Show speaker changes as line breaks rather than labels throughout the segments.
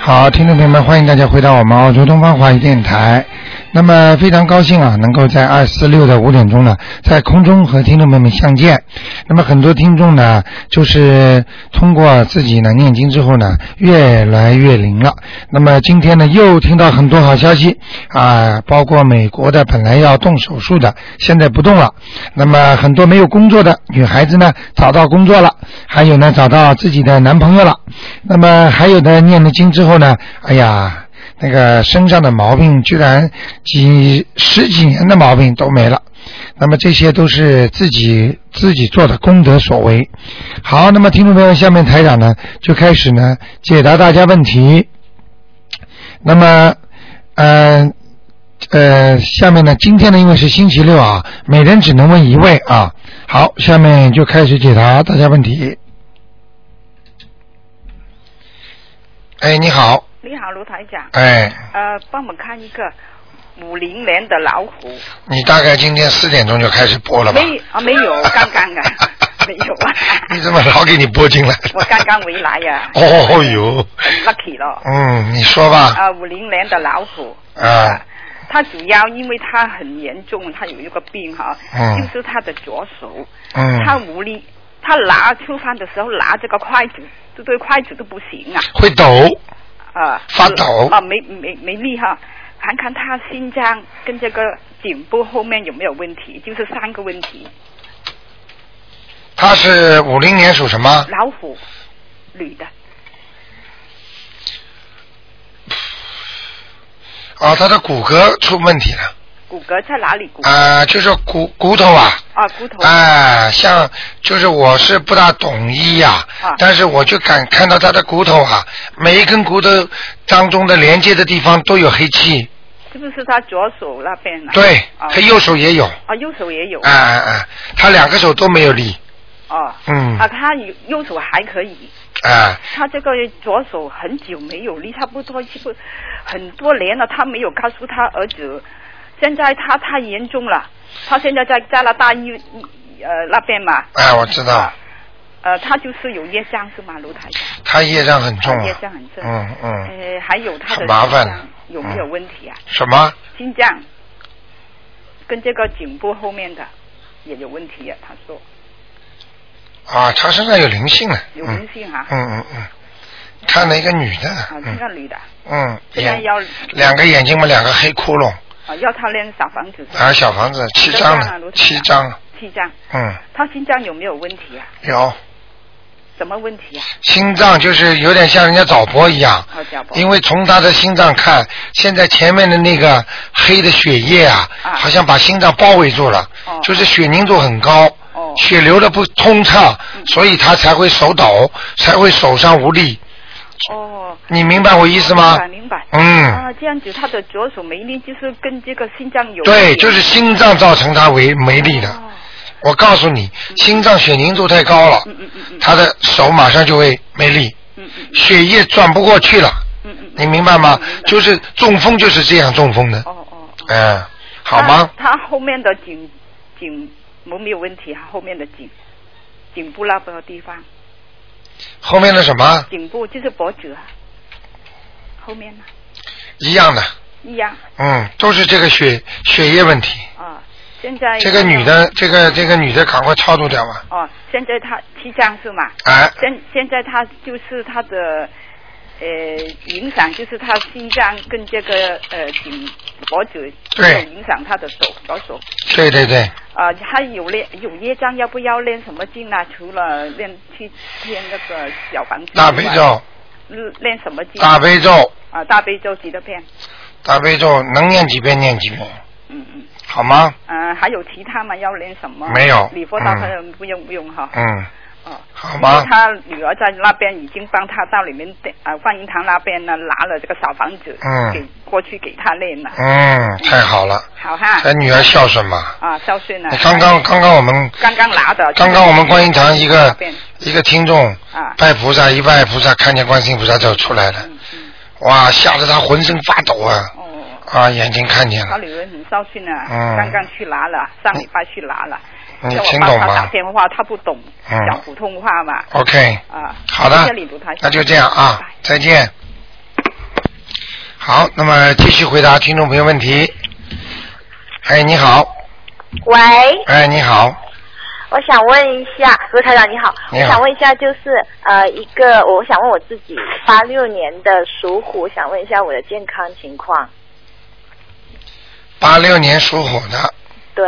好，听众朋友们，欢迎大家回到我们澳洲东方华语电台。那么非常高兴啊，能够在二四六的五点钟呢，在空中和听众朋友们相见。那么很多听众呢，就是通过自己呢念经之后呢，越来越灵了。那么今天呢，又听到很多好消息啊，包括美国的本来要动手术的，现在不动了。那么很多没有工作的女孩子呢，找到工作了，还有呢，找到自己的男朋友了。那么还有的念了经之后呢，哎呀，那个身上的毛病居然几十几年的毛病都没了。那么这些都是自己自己做的功德所为。好，那么听众朋友，下面台长呢就开始呢解答大家问题。那么，呃呃，下面呢，今天呢因为是星期六啊，每人只能问一位啊。好，下面就开始解答大家问题。哎，你好，
你好，卢台长，
哎，
呃，帮我看一个五零年的老虎，
你大概今天四点钟就开始播了吧？
没啊没有，刚刚 啊没有啊，
你怎么老给你播进来？
我刚刚回来呀、
哦哟，
lucky 咯，
嗯，你说吧，
啊五零年的老虎，
啊，
它主要因为它很严重，它有一个病哈、
嗯
就是它的左手，它
嗯，
无力，它拿吃饭的时候拿这个筷子，这对筷子都不行啊，
会抖，
啊，
发抖
啊，没没没力哈。看看他心脏跟这个颈部后面有没有问题，就是三个问题。
他是五零年属什么？
老虎，女的，
啊，他的骨骼出问题了，
骨骼在哪里骨？
啊，就是骨骨头啊，
啊，骨头。
哎，像就是我是不大懂医呀、
啊
但是我就敢看到他的骨头啊，每一根骨头当中的连接的地方都有黑气，
是不是他左手那边啊？
对，
啊
他右手也有，
啊，右手也有。
哎哎哎，他两个手都没有力，
哦。
嗯
啊，他右右手还可以，
哎，
他这个左手很久没有力，差不多是不很多年了，他没有告诉他儿子。现在他太严重了，他现在在加拿大医医呃那边嘛，
哎，我知道
啊，呃，他就是有业障是吗，卢台长？
他业障很重
啊业
啊
障很，重
嗯嗯，
呃，还有他的
很麻烦嗯
心脏有没有问题啊？
什么？
心脏跟这个颈部后面的也有问题啊，他说
啊，他身上有灵性了，
有
嗯
灵性啊。
嗯嗯嗯，看了一个女的，
啊，这
嗯
个女的
嗯，
现在
眼
要
两个眼睛嘛，两个黑窟窿，
啊要他练小房子是吧
啊，小房子七张了，七张了，
七张，
嗯，
他心脏有没有问题啊？
有
什么问题啊？
心脏就是有点像人家早搏一样，
哦，脚不
因为从他的心脏看，现在前面的那个黑的血液啊，
啊
好像把心脏包围住了，
哦
就是血凝度很高，
哦
血流的不通畅，
嗯
所以他才会手抖，才会手上无力。
哦。
你明白我意思吗？
明白，明白。
嗯，
啊，这样子他的左手没力，就是跟这个心脏有
对，
关
就是心脏造成他为没力的。
哦
我告诉你，心脏血凝度太高了，
嗯嗯嗯嗯
他的手马上就会没力，
嗯嗯嗯
血液转不过去了，
嗯嗯，
你明白吗
嗯明？白
就是中风就是这样中风的，
哦哦，哦
嗯，好吗？
他他后面的颈颈有没有问题啊？后面的颈颈部那个地方，
后面的什么
颈部就是脖子啊，后面呢
一样的，
一样
嗯，都是这个血血液问题。
啊。现在
这个女的，这个这个女的，赶快超度掉吧。
哦，现在他七张是吗？
哎，
现现在他就是他的呃影响，就是他心脏跟这个呃颈脖子都有
对
影响他的手左手。
对对对，
啊，他有练有业障，要不要练什么经啊？除了练去练那个小房子，嗯
大悲咒，
练什么经？
大悲咒，
啊，大悲咒几多遍？
大悲咒能念几遍念几遍，
嗯嗯，
好吗？
呃，还有其他吗？要练什么？
没有
礼佛大忏悔不用不用哈。
嗯，
哦，
好吗
因为？他女儿在那边已经帮他到里面的啊观音堂那边呢拿了这个小房子，
嗯
给过去给他练了，
嗯，太好了，
好哈。
咱女儿孝顺嘛。
啊，孝顺啊
你。刚刚刚刚我们
刚刚拿的。
刚刚我们观音堂一个
那边
一个听众
啊，
拜菩萨，一拜菩萨看见观世音菩萨就出来了，
嗯嗯，
哇，吓得他浑身发抖啊
哦。
啊，眼睛看见
他
了，
女儿很孝顺啊，
嗯
刚刚去拿了，上礼拜去拿了，
你
叫我
嗯听
帮
懂
他打
吗
电话，他不懂，
嗯
讲普通话嘛，
？OK，
啊，
好的
谢谢李卢台长，
那就这样啊
拜拜，
再见。好，那么继续回答听众朋友问题。哎，你好，
喂，
哎，你好，
我想问一下，卢台长你好，
你好
我想问一下，就是呃，一个我想问我自己八六年的属虎，想问一下我的健康情况。
八六年属虎的，
对，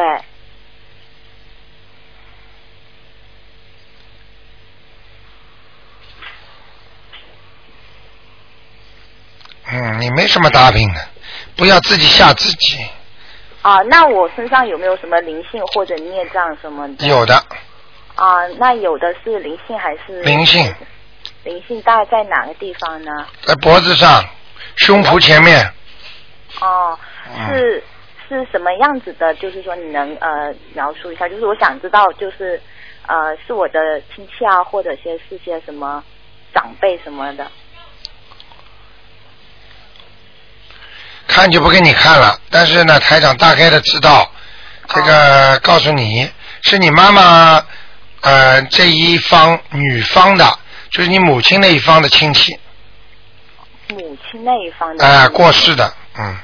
嗯，你没什么大病的，不要自己吓自己。
啊、那我身上有没有什么灵性或者孽障什么的？
有的
啊、那有的是灵性还是
灵性
灵性大概在哪个地方呢？
在脖子上、胸脯前面，
哦，
嗯
是是什么样子的？就是说你能呃描述一下？就是我想知道，就是呃是我的亲戚啊，或者些是些什么长辈什么的。
看就不给你看了。但是呢，台长大概的知道，这个告诉你是你妈妈呃这一方女方的，就是你母亲那一方的亲戚
母亲那一
嗯
方的。
啊、呃过世的，嗯，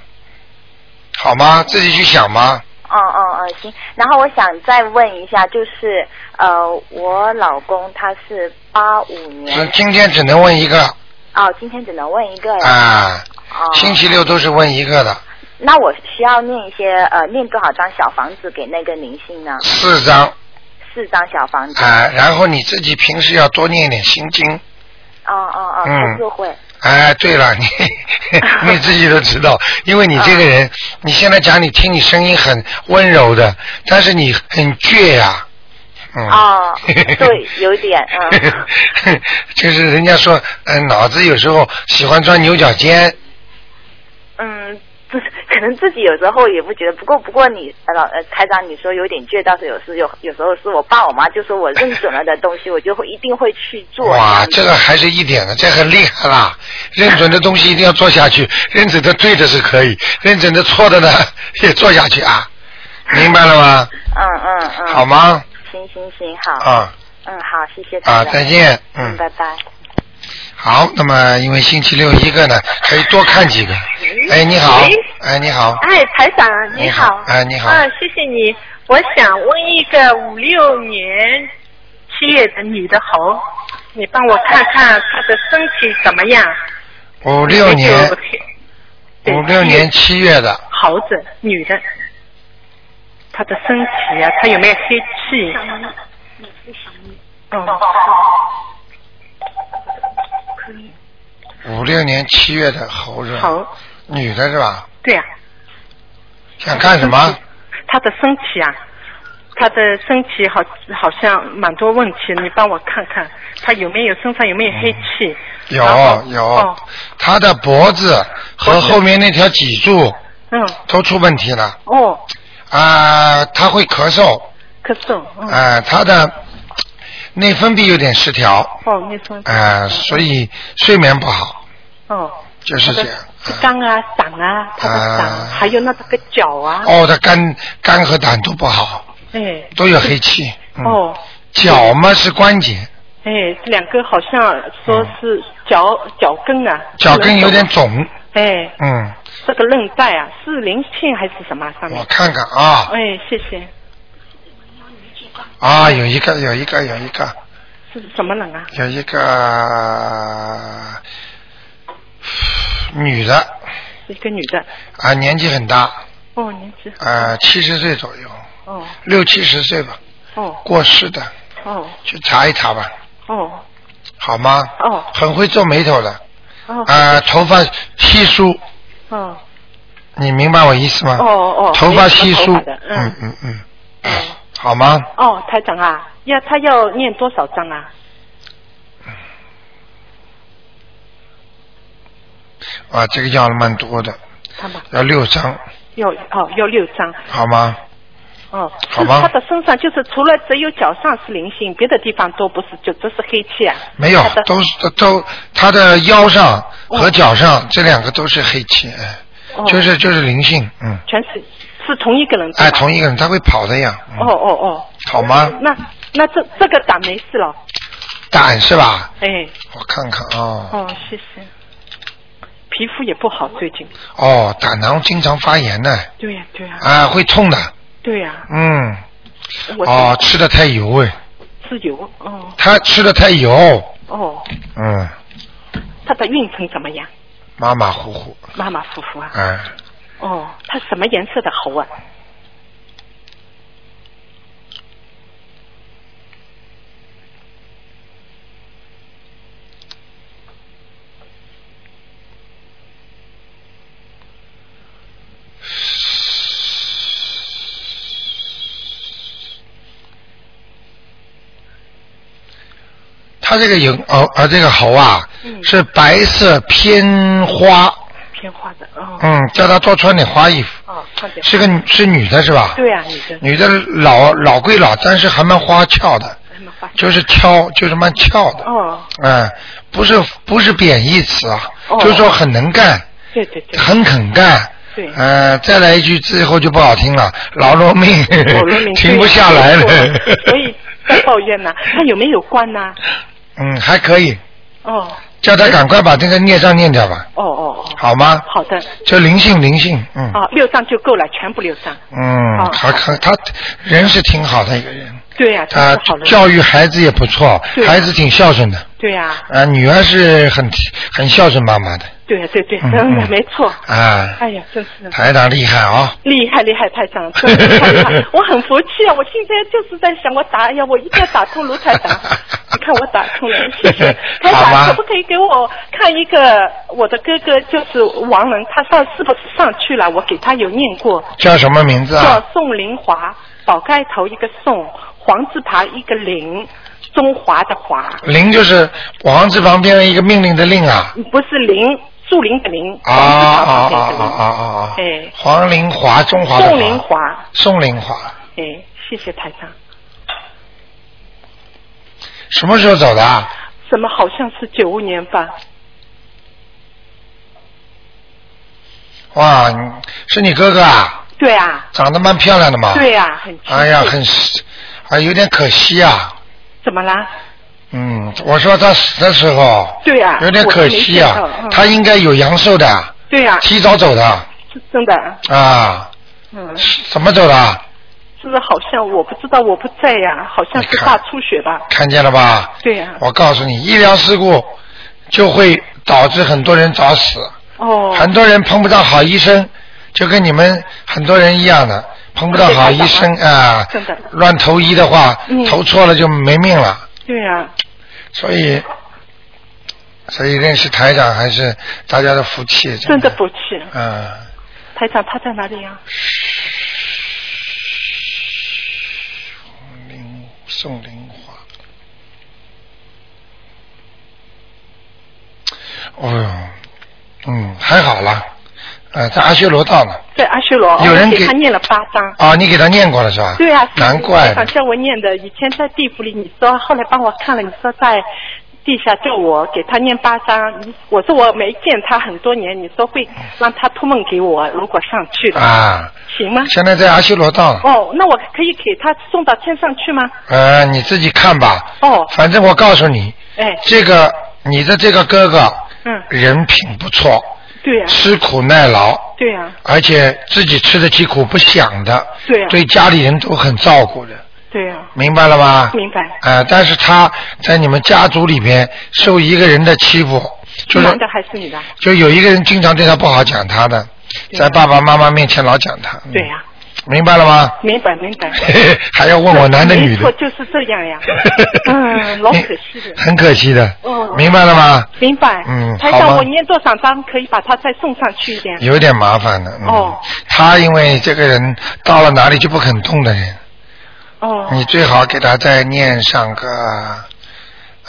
好吗？自己去想吧。
哦哦哦，行。然后我想再问一下，就是呃，我老公他是八五
嗯
只
年，
今天只能问一个
哦，今天只能问一个
嗯
呀。
啊、
哦，
星期六都是问一个的，
那我需要念一些呃，念多少张小房子给那个灵性呢？
四张啊、
四张小房子。
呃然后你自己平时要多念一点心经。
哦哦哦，
嗯
他就会。
哎，对了，你 你自己都知道，因为你这个
啊
人，你现在讲你听你声音很温柔的，但是你很倔呀、嗯。
哦，对，有点，嗯，
就是人家说，嗯，脑子有时候喜欢钻牛角尖，
嗯，不是，可能自己有时候也不觉得。不过，不过你呃老呃台长，你说有点倔，倒是有时有有时候是我爸我妈就说我认准了的东西，我就会一定会去做。
哇，
这
这
样子
个还是一点的，这很厉害 啦。认准的东西一定要做下去，认准的对的是可以，认准的错的呢 也做下去啊，明白了吗？
嗯嗯嗯，
好？吗？
行行行，好，
啊
嗯好，谢谢台
啊，
长
再，见，
嗯，拜拜。
好，那么因为星期六一个呢，可以多看几个。哎，你好
喂，
哎，你好，
哎，台长你好。
哎，你好，
啊，谢谢你。我想问一个五六年七月的女的猴，你帮我看看她的身体怎么样？
五六年
19，对
五六年七月的，
猴子女的，她的身体啊，她有没有黑气？嗯，
五六年七月的猴是吧？
猴，
女的是吧？
对啊。
想看什么？
她的身体啊，她的身体好好像蛮多问题，你帮我看看，她有没有身上有没有黑气？
有
然后
有
哦，
她的脖子和后面那条脊柱
嗯，
都出问题了
哦，
啊，她会咳嗽
咳嗽，嗯，
啊，她的内分泌有点失调
哦，你说，
啊，所以睡眠不好，
哦，
就是这样。
她的肝啊、胆啊，他的胆，
啊
还有那个脚啊，
哦，他肝肝和胆都不好，
哎，
都有黑气。嗯、，
哦，
脚嘛是关节，
哎，这两个好像说是脚脚跟啊，
嗯脚跟有点，肿。
哎，
嗯，
这个韧带啊，是灵性还是什么
我
上面？
看看啊
哎，谢谢，
啊，有一个有一个有一个
是什么人啊？
有一个女的
一个女的，
啊，年纪很大，
哦，年纪，
呃，七十岁左右，
哦，
六七十岁吧，
哦，
过世的，
哦，
去查一查吧，
哦，
好吗？
哦，
很会做眉头的，
哦，
啊，头发稀疏，
哦，
你明白我意思吗？
哦哦，
头发稀疏
没什么头发的，
嗯
嗯。
嗯嗯，好吗？
哦，台长啊，要他要念多少章啊？
啊，这个要了蛮多的，
他们
要六张，
要哦要六章
好吗？
哦。
好吧
是他的身上就是除了只有脚上是灵性，别的地方都不是，就都是黑气啊。
没有
他的，
都是都，他的腰上和脚上、这两个都是黑气，哎
哦
就是就是灵性，嗯，
全是是同一个人。对吧
哎，同啊一个人他会跑的呀，嗯
哦哦哦，
好吗？
那那这这个胆没事了，
胆是吧？
哎，
我看看啊、
哦，谢谢。皮肤也不好，最近。
哦，胆囊经常发炎呢，
对呀、对呀、
啊，会痛的，
对呀、
嗯，
我
哦，吃的太油哎，
吃油，哦
他吃的太油，
哦，
嗯，
他的运程怎么样？
马马虎虎，
马马虎虎啊。
啊，
哦，他什么颜色的猴啊？
他这个有哦啊这个猴啊，
嗯
是白色偏花，
偏花的，哦、
嗯，叫他多穿点花衣服，
哦，穿点。
是个女是女的是吧？
对啊，女的，
女的老老归老，但是还蛮花俏的，
那么花。
就是挑，就是蛮俏的。
哦，
嗯，不是不是贬义词啊，
哦
就是说很能干，
对对对，
很肯干。
对
呃，再来一句最后就不好听了，劳碌命，
哦我罗明
停不下来 了。
啊所以在抱怨呢、他有没有关呢、
嗯，还可以，
哦
叫他赶快把这个孽障念掉吧，
哦哦哦，
好嗯吗？
好的，
就灵性灵性，嗯
啊，六张就够了，全部六张。
嗯，
好
还可他人是挺好的一个人，
对啊呀、
他
真是好了，
啊教育孩子也不错，
对
孩子挺孝顺的。
对呀、
啊，女儿是很很孝顺妈妈的
对呀、啊对对，
嗯
真的、 没错。
啊，
哎呀，真是
台长厉害啊、。
厉害厉害，台长，真的太厉害！我很服气啊，我现在就是在想，我打，哎呀，我一定要打通卢台长 你看我打通了，谢谢台
好吧
长，可不可以给我看一个我的哥哥，就是王仁，他上是不是上去了？我给他有念过，
叫什么名字
叫
啊？
宋林华，宝盖头一个宋，黄字旁一个林，中华的华，
林就是王字旁边一个命令的令啊。
不是林，树林的林，
啊
黄字
啊
旁旁
啊
边一
啊啊
个林
啊！
哎
黄林华，中华的
宋林华，
宋林华，
哎，谢谢台长。
什么时候走的啊？
什么好像是九五年吧？
哇，你是你哥哥啊？
对啊，
长得蛮漂亮的嘛。
对。啊，很亲切。
哎呀，很，啊，有点可惜啊。
怎么啦？
嗯，我说他死的时候
对啊，
有点可惜
我都没见
啊
到，
他应该有阳寿的，
嗯、对啊，
提早走的
是真的，
啊。
嗯，
怎么走的？
是不是好像我不知道我不在呀、好像
你
是
看
大出血吧？嗯
看见了吧？
对呀、
我告诉你，医疗事故就会导致很多人早死，
哦，
很多人碰不到好医生，就跟你们很多人一样的，碰不到好医生啊
真的，
乱投医的话
嗯，
投错了就没命了。
对呀、
所以，所以认识台长还是大家的福气，
真的
的。
不气。
嗯，
台长他在哪里呀、
林宋林华。哦呦，嗯，还好啦，呃，在阿修罗道呢。
在阿修罗，
有人
我
给
他念了八章。
啊，你给他念过了是吧？
对啊，是
难怪
台长叫我念的。以前在地府里，你说后来帮我看了，你说在地下叫我给他念八章，你我说我没见他很多年，你说会让他托梦给我，如果上去了，
啊，
行吗？
现在在阿修罗道呢。
哦，那我可以给他送到天上去吗？
呃，你自己看吧。
哦，
反正我告诉你，
哎，
这个你的这个哥哥
嗯，
人品不错，
对呀、
吃苦耐劳，
对呀、
而且自己吃得起苦不想的，
对呀、啊
对家里人都很照顾的，
对呀、
明白了吗？
明白。
啊、但是他在你们家族里边受一个人的欺负，就是
男的还是女的？
就有一个人经常对他不好，讲他的，
对
在爸爸妈妈面前老讲他。嗯
对呀、
明白了吗？
明白明白。
还要问我男的女
没
的？。
错，就是这样呀。嗯，老可惜的
很可惜的，
嗯
明白了吗？
明白。
嗯
台
好吧
长，我念多少张可以把它再送上去一点？
有点麻烦的。嗯、
哦。
他因为这个人到了哪里就不肯动的人，
哦，
你最好给他再念上个，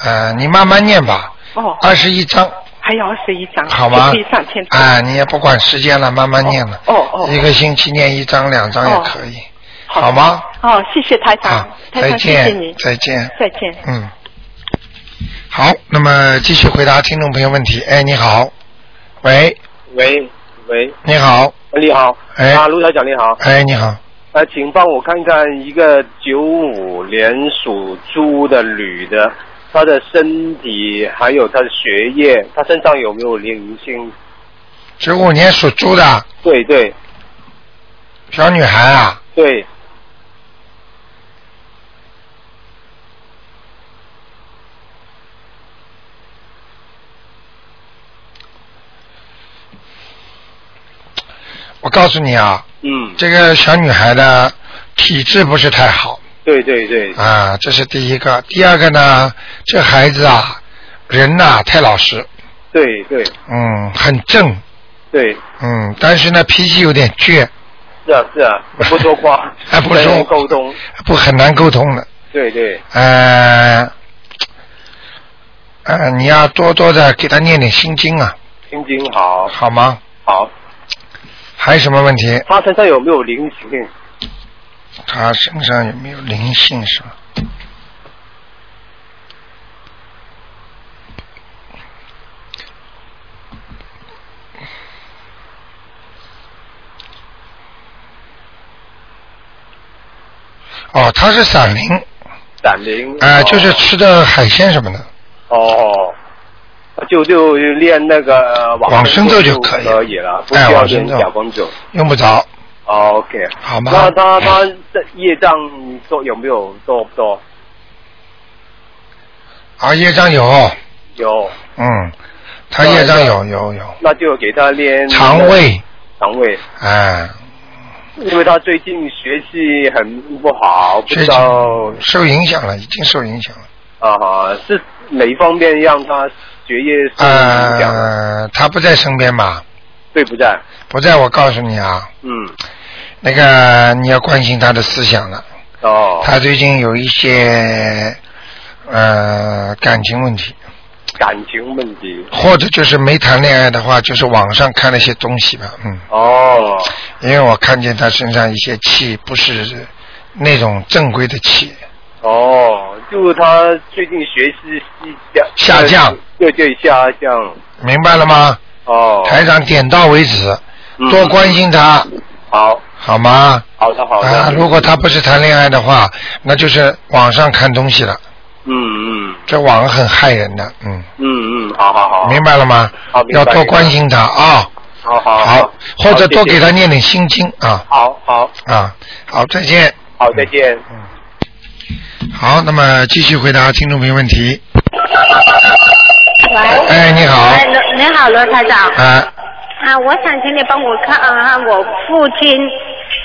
呃，你慢慢念吧，
哦，
二十一章，
还有二十一张，
好吗
就可以上天？
啊，你也不管时间了，慢慢念了。
哦哦哦
一个星期念一章两章也可以，
好
哎好吗？
哦，谢谢台长
好，，
台
再
长，谢
见，
谢你，
再见。
再见。
嗯，好，那么继续回答听众朋友问题。哎，你好，喂，
喂喂，
你好，
你好，
哎
啊，卢台长你好，
哎，你好，
呃，请帮我看看一个九五年属猪的女的，她的身体还有她的学业，她身上有没有灵性？
九五年属猪的
对对
小女孩啊，
对，
我告诉你啊，
嗯，
这个小女孩的体质不是太好
对对对，
啊，这是第一个。第二个呢，这孩子啊，人呐、太老实，
对对
嗯，很正，
对，
嗯，但是呢脾气有点倔，，
是啊是啊，不说话
哎不说
能够沟通，
不很难沟通的。
对对，
呃，呃，你要多多的给他念点心经啊，
心情好，
好吗？
好，
还有什么问题？
他身上有没有灵性？
他身上有没有灵性是吧？哦，他是散灵，
闪灵
啊、
哦
就是吃的海鲜什么的，
哦，就就练那个
往生咒就
就
可以
可以了，不
哎
需要
往生
练
咒
小光咒。
用不着，
哦 OK，
好吗？哎
那他他的业障多有没有多不多？
啊，业障有，
有，
嗯，他业障有有有，
那就给他练
肠胃，
肠胃，
哎、
因为他最近学习很不好，不
最
知
近
道
受影响了，已经受影响了。
啊哈是哪一方面让他学业受影响？
呃，他不在身边嘛，
对不在？
不在我告诉你啊，
嗯，
那个你要关心他的思想了。
哦，
他最近有一些呃感情问题，
感情问题。
或者就是没谈恋爱的话，就是网上看了一些东西吧，嗯，
哦，
因为我看见他身上一些气不是那种正规的气，
哦，就他最近学习下
下降，
对对下降，
明白了吗？
哦，
台长点到为止，
嗯
多关心他，
好，
好吗？
好的好的，
啊，如果他不是谈恋爱的话，那就是网上看东西了，
嗯嗯
这网很害人的，嗯，
嗯嗯，好好好，
明白了吗
好？明白
要多关心他啊，
好好
好，或者多给，
谢
他
谢
念点心经啊
好好
啊，好，再见。
好，再见。
好，那么继续回答听众朋友问题。
喂，
哎，你好，
哎，罗你好，罗台长
啊，
啊，我想请你帮我看啊，我父亲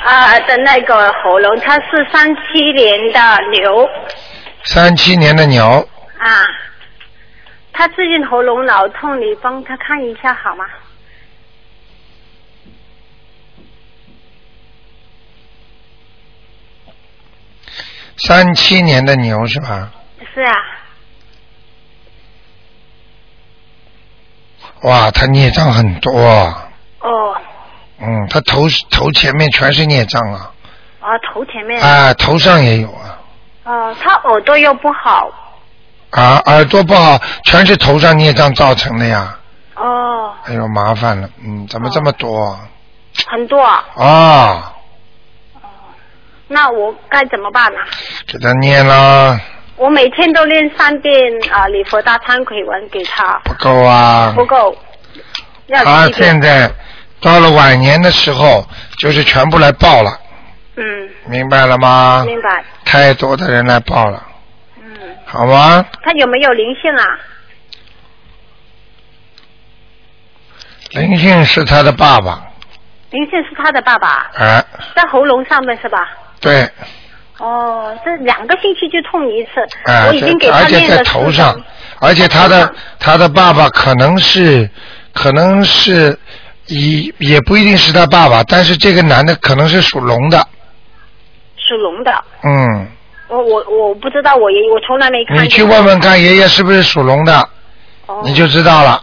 啊的那个喉咙，他是三七年的牛
三七年的牛，
啊，他最近喉咙老痛，你帮他看一下好吗？
三七年的牛是吧？
是啊，
哇，他孽障很多啊，
哦，
嗯，他头头前面全是孽障啊，
啊头前面，
啊，头上也有啊，
哦、他耳朵又不好，
啊，耳朵不好，全是头上孽障造成的呀，
哦，
哎呦，麻烦了，嗯，怎么这么多啊？
很多啊，
啊，
那我该怎么办呢、啊
给他念啦，
我每天都练三遍啊礼佛大忏悔文给他，
不够啊，
不够，啊要
他
七遍
现在到了晚年的时候，就是全部来报了，
嗯，
明白了吗？
明白。
太多的人来报了，
嗯，
好吗？
他有没有灵性啊？
灵性是他的爸爸，
灵性是他的爸爸，
啊，
在喉咙上面是吧？
对，
哦，这两个星期就痛一次，
啊，
我已经给
在而
他
且
念了
在
四
头
张
上，而且他的他的爸爸可能是可能是也也不一定是他爸爸，但是这个男的可能是属龙的，
属龙的，
嗯，
我我我不知道，我也我从来没看。
你去问问，看爷爷是不是属龙的，
哦、
你就知道了，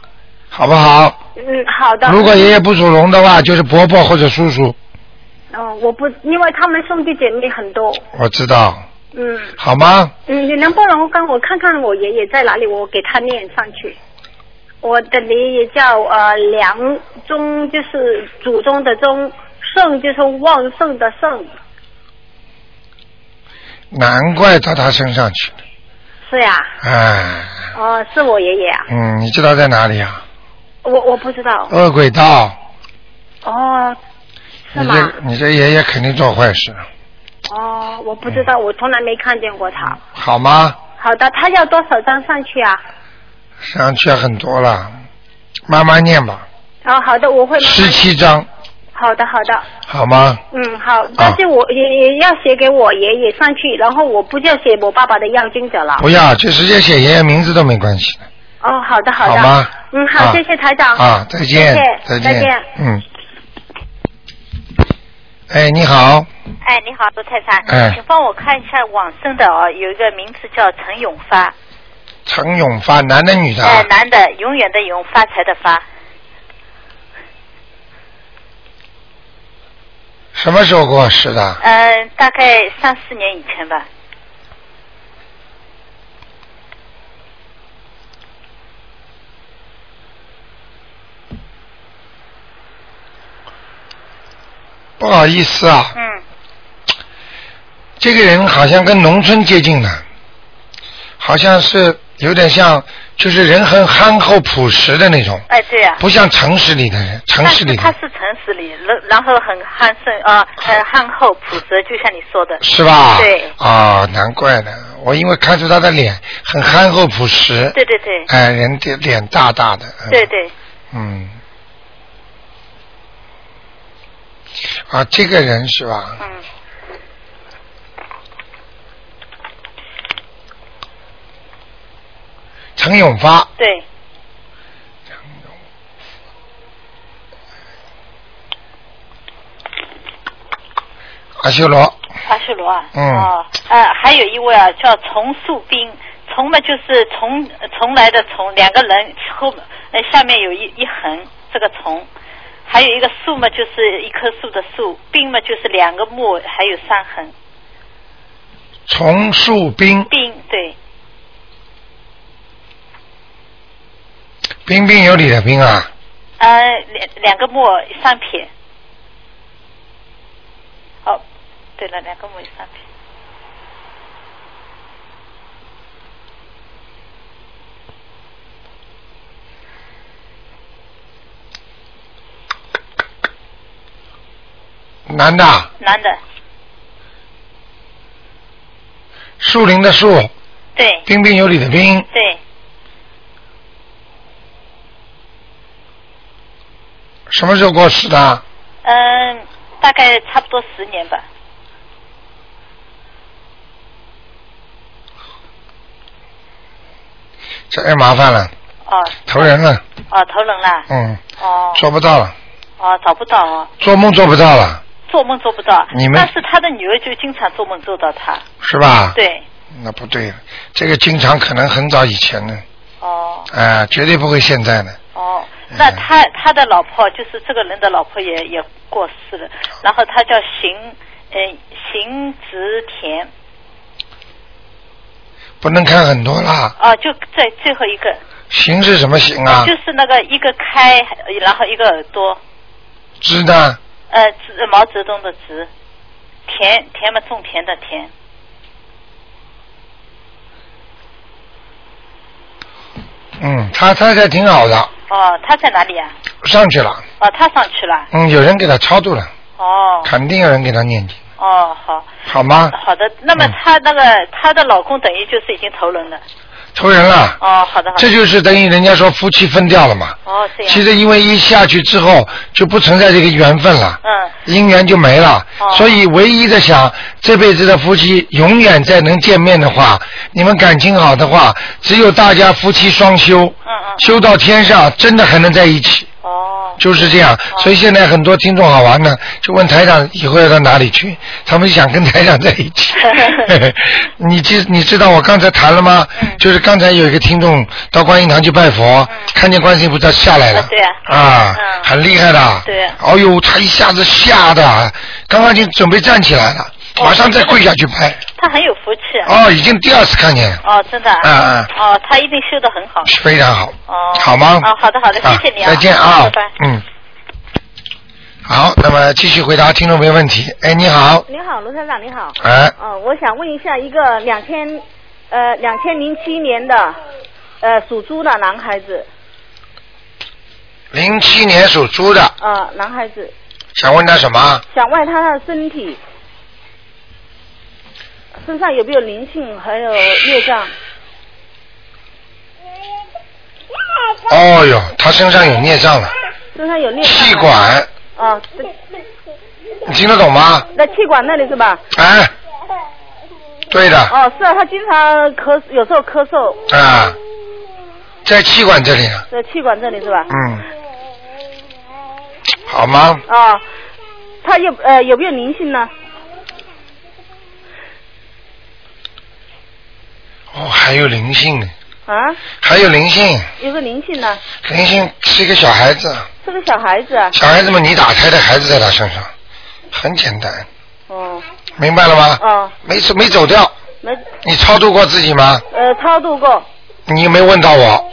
好不好？
嗯好的。
如果爷爷不属龙的话，就是伯伯或者叔叔，
哦，我不，因为他们兄弟姐妹很多，
我知道，
嗯
好吗？
嗯，你能不能帮我看看我爷爷在哪里？我给他念上去。我的爷爷叫呃梁宗，就是祖宗的宗，盛就是旺盛的盛，
难怪到他身上去了，
是呀、
哎，
哦，是我爷爷啊。哦
嗯，你知道在哪里啊？
我我不知道。
恶鬼道，
哦，是
你
吗？
这你这爷爷肯定做坏事，
哦，我不知道，我从来没看见过他。
好吗？
好的，他要多少张上去啊？
上去很多了，慢慢念吧，
哦，好的，我会慢
十
慢。
七章，
好的，好的，
好吗？
嗯，好。但是我也也要写给我爷爷上去，然后我不就写我爸爸的要经者了。
不要，就直接写爷爷名字都没关系的，
哦，好的，
好
的。
吗？
嗯，好，
啊
谢谢台长。
啊，再见
谢谢，
再
再见。
嗯。哎，你好，
哎，你好，卢太太，
哎
请帮我看一下往生的哦，有一个名字叫陈永
啊
发，
陈永发，男的女的啊？
哎，男的，永远的永，发财的发，
什么时候过世的？
嗯、大概三四年以前吧，
不好意思啊，
嗯，
这个人好像跟农村接近了，好像是有点像，就是人很憨厚朴实的那种，
哎，对
啊
呀、
不像城市里的人。城
但
市
是
里
他
的
是城市里，然然后很憨顺啊，很憨厚朴实，就像你说的，
是吧？
对，
啊、难怪呢，我因为看出他的脸很憨厚朴实，
对对对，
哎、人脸脸大大的，嗯
对对，
嗯。啊，这个人是吧？
嗯，
陈永发，
对，
阿修罗，
阿修罗啊，
嗯
哦，呃，还有一位啊，叫丛树斌，丛嘛就是从从来的从，两个人后呃下面有一一横，这个丛，还有一个树嘛就是一棵树的树，斌嘛就是两个木还有三横，
丛树冰，
斌对，
彬彬有礼的彬啊，
呃两两个木三撇，哦，对了，两个木三撇，
男的。
男的，
树林的树，
对
彬彬有礼的彬，
对，
什么时候过世的？
嗯、大概差不多十年吧，
这哎麻烦了，
哦
投人了，
哦投人了，
嗯，
哦。
做不到了，
哦，找不到哦，
做梦做不到了，
做梦做不到。
你们
但是他的女儿就经常做梦做到他。
是吧？
对，
那不对了，这个经常可能很早以前呢，
哦
哎、绝对不会现在呢。
哦，
嗯
那他他的老婆就是这个人的老婆也也过世了，然后他叫邢嗯邢植田
不能看很多啦，
哦，就在最后一个，
行是什么行啊？
就是那个一个开，然后一个耳朵，
知呢？
呃，植毛泽东的植，田田嘛种田的田，
嗯，他他这挺好的，
哦，他在哪里啊？
上去了，
哦，他上去了，
嗯，有人给他超度了，
哦
肯定有人给他念经，
哦好。
好吗？
好的，那么
嗯
她那个她的老公等于就是已经投人了。
投人了，
哦，好的好的。
这就是等于人家说夫妻分掉了嘛。
哦这样。
其实因为一下去之后就不存在这个缘分了，
嗯
姻缘就没了。
哦
所以唯一的想，这辈子的夫妻永远再能见面的话，你们感情好的话，只有大家夫妻双修，
嗯嗯。
修到天上真的还能在一起，
哦
就是这样。所以现在很多听众好玩呢，就问台长以后要到哪里去，他们想跟台长在一 起。你知你知道我刚才谈了吗？
嗯
就是刚才有一个听众到观音堂去拜佛，看见观世音菩萨下来了。
啊对啊
啊
嗯
很厉害的。
对啊
哎呦，他一下子吓的，刚刚就准备站起来了，
哦
马上再跪下去拍。
她很有福气。啊
哦，已经第二次看见了，
哦，真的啊。
嗯
哦，她一定修得很好。
非常好。
哦。
好吗？
哦，好的好的，谢谢你啊。
再见啊，
拜拜。
嗯。好，那么继续回答听众朋友问题。哎，你好，
你好，卢台长，你好。
哎，
呃，我想问一下，一个两千呃两千零七年的呃属猪的男孩子，
零七年属猪的，
呃，男孩子，
想问他什么？
想问他的身体，身上有没有灵性，还有业障？
哦哟，他身上有孽障了，
身上有孽障吗？
气管，
啊，对
你听得懂吗？
在气管那里是吧？
哎，对的，
哦，是啊，他经常咳，有时候咳嗽，
啊，在气管这里呢，
在气管这里是吧？
嗯，好吗？
啊，他有呃有没有灵性呢？
哦，还有灵性呢，
啊，
还有灵性，
有个灵性呢，
灵性是一个小孩子，
是个小孩子啊。
小孩子嘛，你打胎的孩子在他身上，很简单，
哦，
明白了吗？
哦，
没走没走掉，
没
你超度过自己吗？
呃超度过，
你没问到我，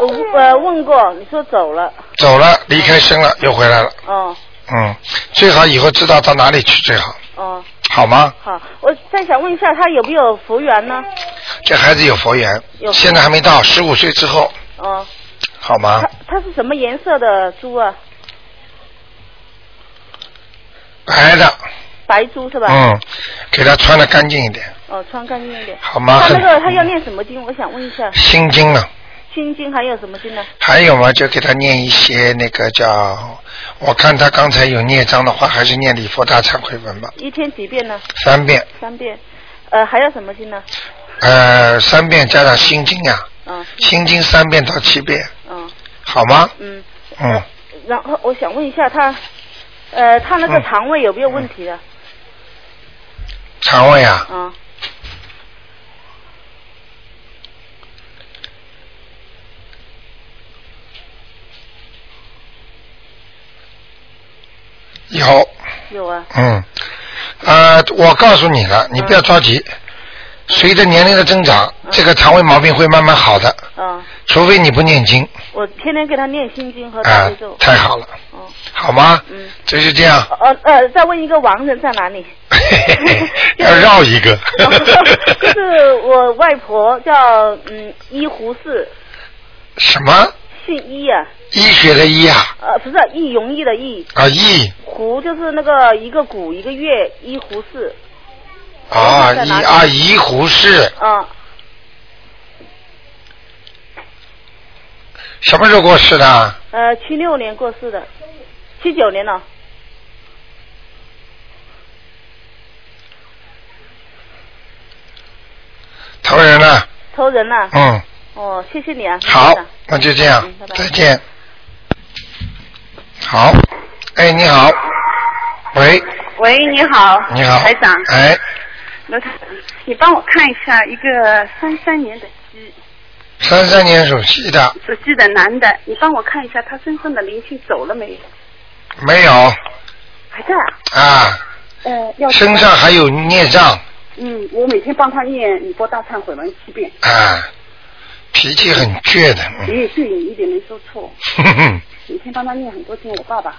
呃问呃问过，你说走了，
走了，离开生了，又回来了。
哦
嗯，最好以后知道到哪里去最好，
哦
好吗？
好，我再想问一下他有没有佛缘呢？
这孩子有佛缘，
有
现在还没到十五岁之后，
哦，
好吗
他？他是什么颜色的猪啊？
白的，
白猪是吧？
嗯，给他穿的干净一点，
哦，穿干净一点。
好吗？
他那个
很
他要念什么经？我想问一下，
心经了，
心经还有什么经呢？
还有嘛，就给他念一些那个叫，我看他刚才有孽障的话，还是念礼佛大忏悔文吧，
一天几遍呢？
三遍，
三遍。呃，还有什么经呢？
呃，三遍加上心经呀、
嗯
心经三遍到七遍，
嗯
好吗？
嗯。
嗯，
然后我想问一下他，呃，他那个
嗯
肠胃有没有问题的？
肠胃啊，
嗯
有，
有啊。
嗯，呃，我告诉你
嗯
了，你不要着急。随着年龄的增长，这个肠胃毛病会慢慢好的，
嗯，
除非你不念经
我天天给他念心经和大
啊
悲咒。，
太好了，
哦
好吗？
嗯。
这就这 样，
呃呃，再问一个亡人在哪里？
要绕一个。
就是我外婆叫嗯一胡适，
什么
姓一啊，
医学的医啊？
呃不是易容易的易，
啊，医
胡就是那个一个谷一个月一胡适，
啊，
在
医
哪里
啊，医胡适，
啊
什么时候过世的？
呃七六年过世的，七九年了，
投人了，
投人了。
嗯，
哦，谢谢你啊。
好
台长，
那就这样
嗯拜，拜
再见。好，哎，你好，喂，
喂，你好，
你好，
台长，
哎，
罗台长，你帮我看一下一个三三年的鸡，
三三年属鸡的
属鸡的男的，你帮我看一下他身上的灵性走了没有？
没有
还在啊？
啊？
呃，要
身上还有孽障
嗯，我每天帮他念礼佛大忏悔文七遍，
啊，脾气很倔的，
也
嗯
有对你一点没说错，
哼哼，
每天帮他念很多经。我爸爸，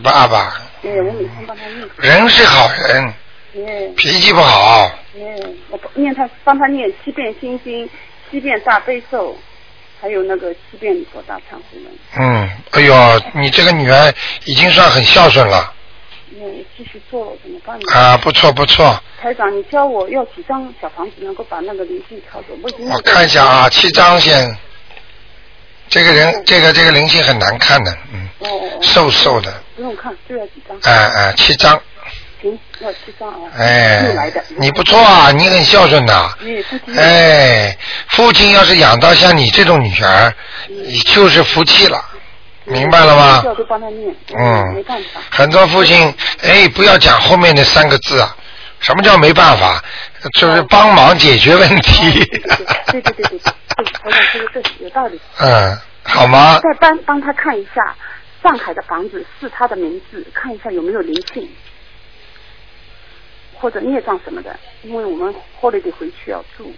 爸爸，
对，我每天帮他念，
人是好人，
耶
脾气不好，
耶，我念他帮他念七遍心经，七遍大悲咒，还有那个七遍礼佛大忏悔文，
嗯，哎呦，你这个女儿已经算很孝顺了
嗯，继续做了怎么办呢？
啊，不错不错，
台长，你教我要几张小房子能够把那个灵性调走？我已经
我看一下啊，七张先，这个人这个这个灵性很难看的，嗯，
哦哦，哦
瘦瘦的，
不用看，就要几张，
哎、哎，七张，
行，要七张啊。
哎
又来的，，
你不错啊，你很孝顺呐、
你不听，
哎，父亲要是养到像你这种女儿，你就是福气了，明白了吗？
要就帮他念，没
嗯
办法，，
很多父亲，哎，不要讲后面那三个字啊，什么叫没办法？就是帮忙解决问题。
对对对对对对对，台长说的对，有道理。
嗯，好吗？
再帮帮他看一下上海的房子是他的名字，看一下有没有灵性。或者孽障什么的，因为我们 holiday 回去要住，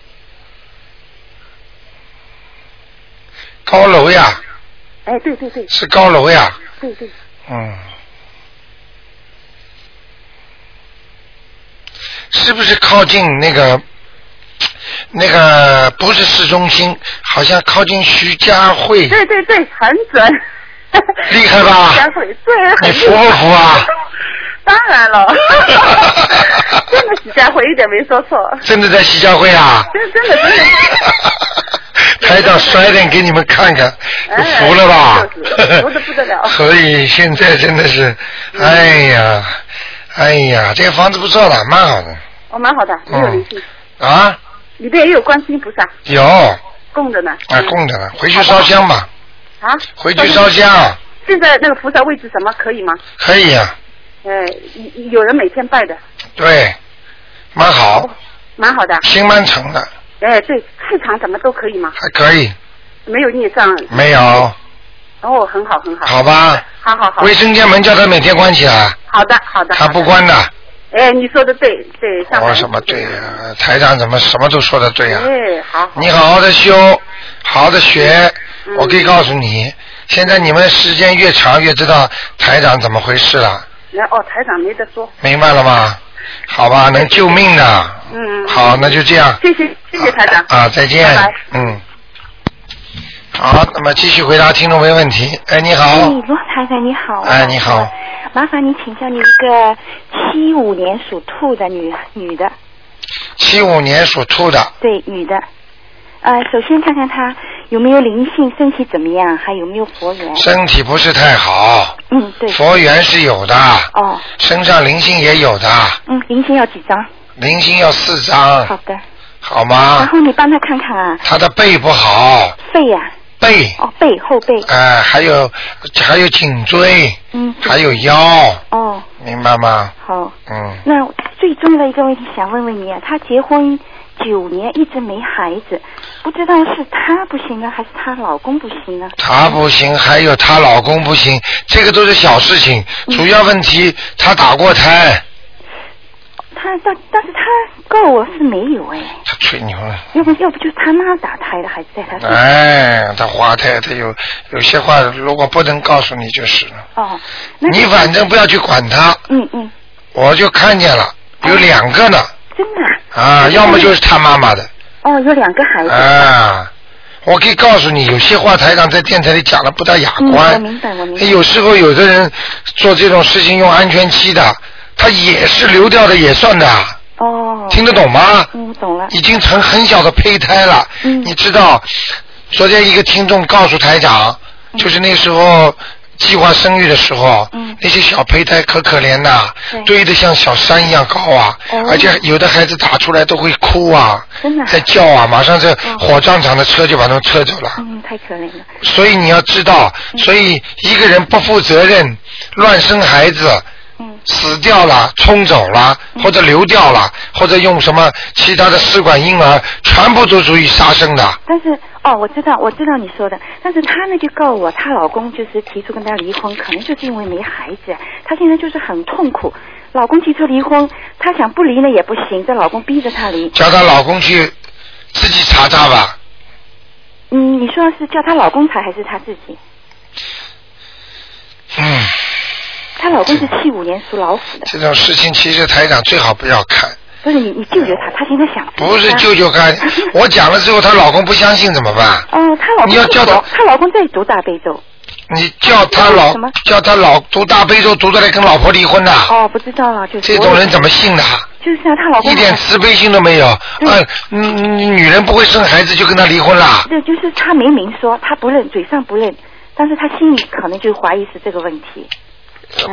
高楼呀，
哎，对对对
是高楼呀，
对对，
嗯。是不是靠近那个那个不是市中心，好像靠近徐家汇，
对对对，很准。
厉害吧
香水对，很
啊你
厉
服不
害
服啊？
当然了， 真的徐家汇一点没说错，
真的在徐家汇啊？
真真的真的。
台长甩脸给你们看看，
哎
服了吧？
就是服得不得了 嗯
所以现在真的是，哎呀，哎呀，这个房子不错的，蛮好的
哦，蛮好的，也有灵性，
啊，
里边也有观世音菩萨
有啊，
供着呢。
供着呢，回去烧香吧，
啊，
回去烧香啊
现在那个菩萨位置什么可以吗？
可以啊，
呃，有有人每天拜的，
对，蛮好，
蛮好的。
心蛮诚的，
哎，对，气场什么都可以吗？
还可以，
没有孽障。
没有，
哦，很好，很好。
好吧，
好好好。
卫生间门叫他每天关起来，
好的，好的。
他不关的。
哎，你说的对，对，上
我
海。
哦什么对呀、呃台长怎么什么都说的对呀、嗯
哎，好。
你好好的修，好好的学，
嗯
我可以告诉你，现在你们时间越长，越知道台长怎么回事了，
然后哦，台长没得说。
明白了吗？好吧，能救命的。
嗯。
好，那就这样
谢谢，谢谢台长。
啊，再见。
拜拜。
嗯。好，那么继续回答听众朋友问题。哎，你好，
嗯
哎，罗台长你好。
哎，你好，
麻烦你请教你一个七五年属兔的女女的，
七五年属兔的，
对，女的。呃，首先看看她有没有灵性，身体怎么样，还有没有佛
嗯
缘。
身体不是太好，
嗯，对。
佛缘是有的，
哦，
身上灵性也有的，
嗯，灵性要几张？
灵性要四张，
好的。
好
然
吗？
后你帮她看看啊，
他的背不好，
肺呀、
背，
哦，背后背，
呃，还有还有颈椎，
嗯，
还有腰，
哦，
明白吗？
好。
嗯，
那最重要的一个问题想问问你啊，她结婚九年一直没孩子，不知道是她不行呢，啊还是她老公不行啊呢？
她不行，还有她老公不行，这个都是小事情，
嗯
主要问题她打过胎，
她但但是她告我是没有哎，
她吹牛了。
要不要不就是她妈打胎的，还是在她身上？
哎，她滑胎，她有有些话如果不能告诉你就是了，
哦，那
你反正不要去管她，
嗯嗯，
我就看见了，有两个呢，
真的啊
啊，要么就是她妈妈的，
哦，有两个孩子。
啊，我可以告诉你，有些话台长在电台里讲的不大雅
嗯，我
观。哎
明白，我明白。
有时候有的人做这种事情用安全期的，他也是流掉的也算的，
哦，
听得懂吗？
嗯，懂了。
已经成很小的胚胎了。
嗯
你知道，昨天一个听众告诉台长，就是那时候。计划生育的时候，
嗯
那些小胚胎可可怜呐、堆得像小山一样高啊，
哦
而且有的孩子打出来都会哭啊，
真的啊哦
在叫啊，马上这火葬场的车就把他们车走了。
嗯，太可怜了。
所以你要知道，
嗯
所以一个人不负责任，乱生孩子，
嗯
死掉了、冲走了，或者流掉了，或者用什么其他的试管婴儿，全部都属于杀生的。
但是哦，我知道，我知道你说的，但是她呢就告我，她老公就是提出跟她离婚，可能就是因为没孩子，啊她现在就是很痛苦。老公提出离婚，她想不离呢也不行，这老公逼着她离。
叫她老公去自己查查吧。
嗯，你说是叫她老公查还是她自己？
嗯，
她老公是七五年属老虎的，
这种事情其实台长最好不要看，
不是你你救救她，她现在想自杀
哎不是舅舅 看。我讲了之后，她老公不相信怎么办？
哦，她老公
你要叫她
她老公在读大悲咒。
你叫她老
什么
叫她老读大悲咒读出来跟老婆离婚呐、
哦，不知道啊，就是
这种人怎么信呐、
就是啊，她老公
一点
很
慈悲心都没有。啊，嗯女人不会生孩子就跟他离婚啦？
对，就是他明明说他不认，嘴上不认，但是他心里可能就怀疑是这个问题。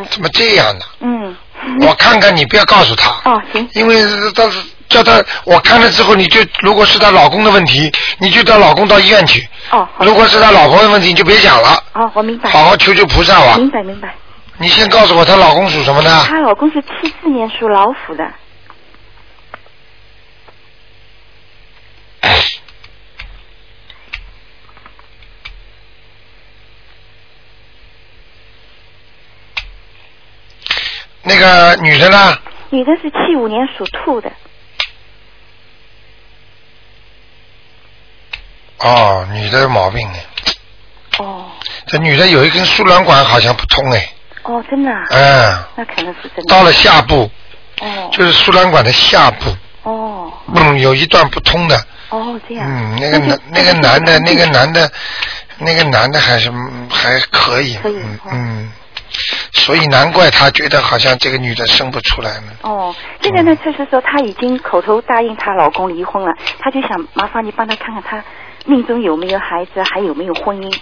怎么这样呢？
嗯，
我看看你，不要告诉他，
哦，行，
因为他叫他，我看了之后，你就如果是她老公的问题，你就叫老公到医院去；
哦，好，
如果是她老婆的问题，你就别讲了，
哦，我明白，
好好求求菩萨吧。
明白明白。
你先告诉我，她老公属什么呢？
她老公是七四年属老虎的，
那个女的呢？
女的是七五年属兔的，
哦，女的有毛病呢。
哦
这女的有一根输卵管好像不通哎，
哦，真的、啊，
嗯，
那可能是真的。
到了下部，
哦
就是输卵管的下部。
哦
嗯，有一段不通的，
哦，这样。
嗯，那个男那个男的那个男的那个男的还是嗯还可以，嗯嗯，所以难怪他觉得好像这个女的生不出来呢。
哦，现在呢，就是说她已经口头答应她老公离婚了，她就想麻烦你帮她看看她命中有没有孩子，还有没有婚姻。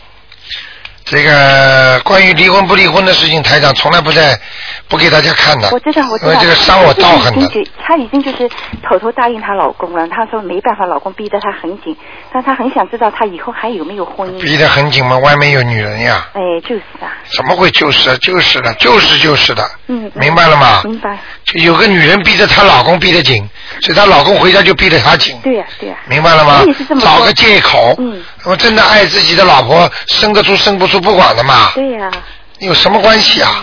这个关于离婚不离婚的事情，台长从来不在不给大家看的。
我知道，我知
因
道。
为这个伤我道很
她已
的。
经觉她已经就是口头答应她老公了，她说没办法，老公逼得她很紧，但她很想知道她以后还有没有婚姻。
逼得很紧嘛，外面有女人呀，
哎，就是啊，
怎么会就是啊就是的，就是就是的，
嗯。
明白了吗
明白。
就有个女人逼着她老公逼得紧，所以她老公回家就逼得她紧，
对呀、对呀、
明白了吗
我也是这？么说
找个借口，
嗯，
我真的爱自己的老婆，生得出生不出不管的嘛，
对嗯呀、
有什么关系啊？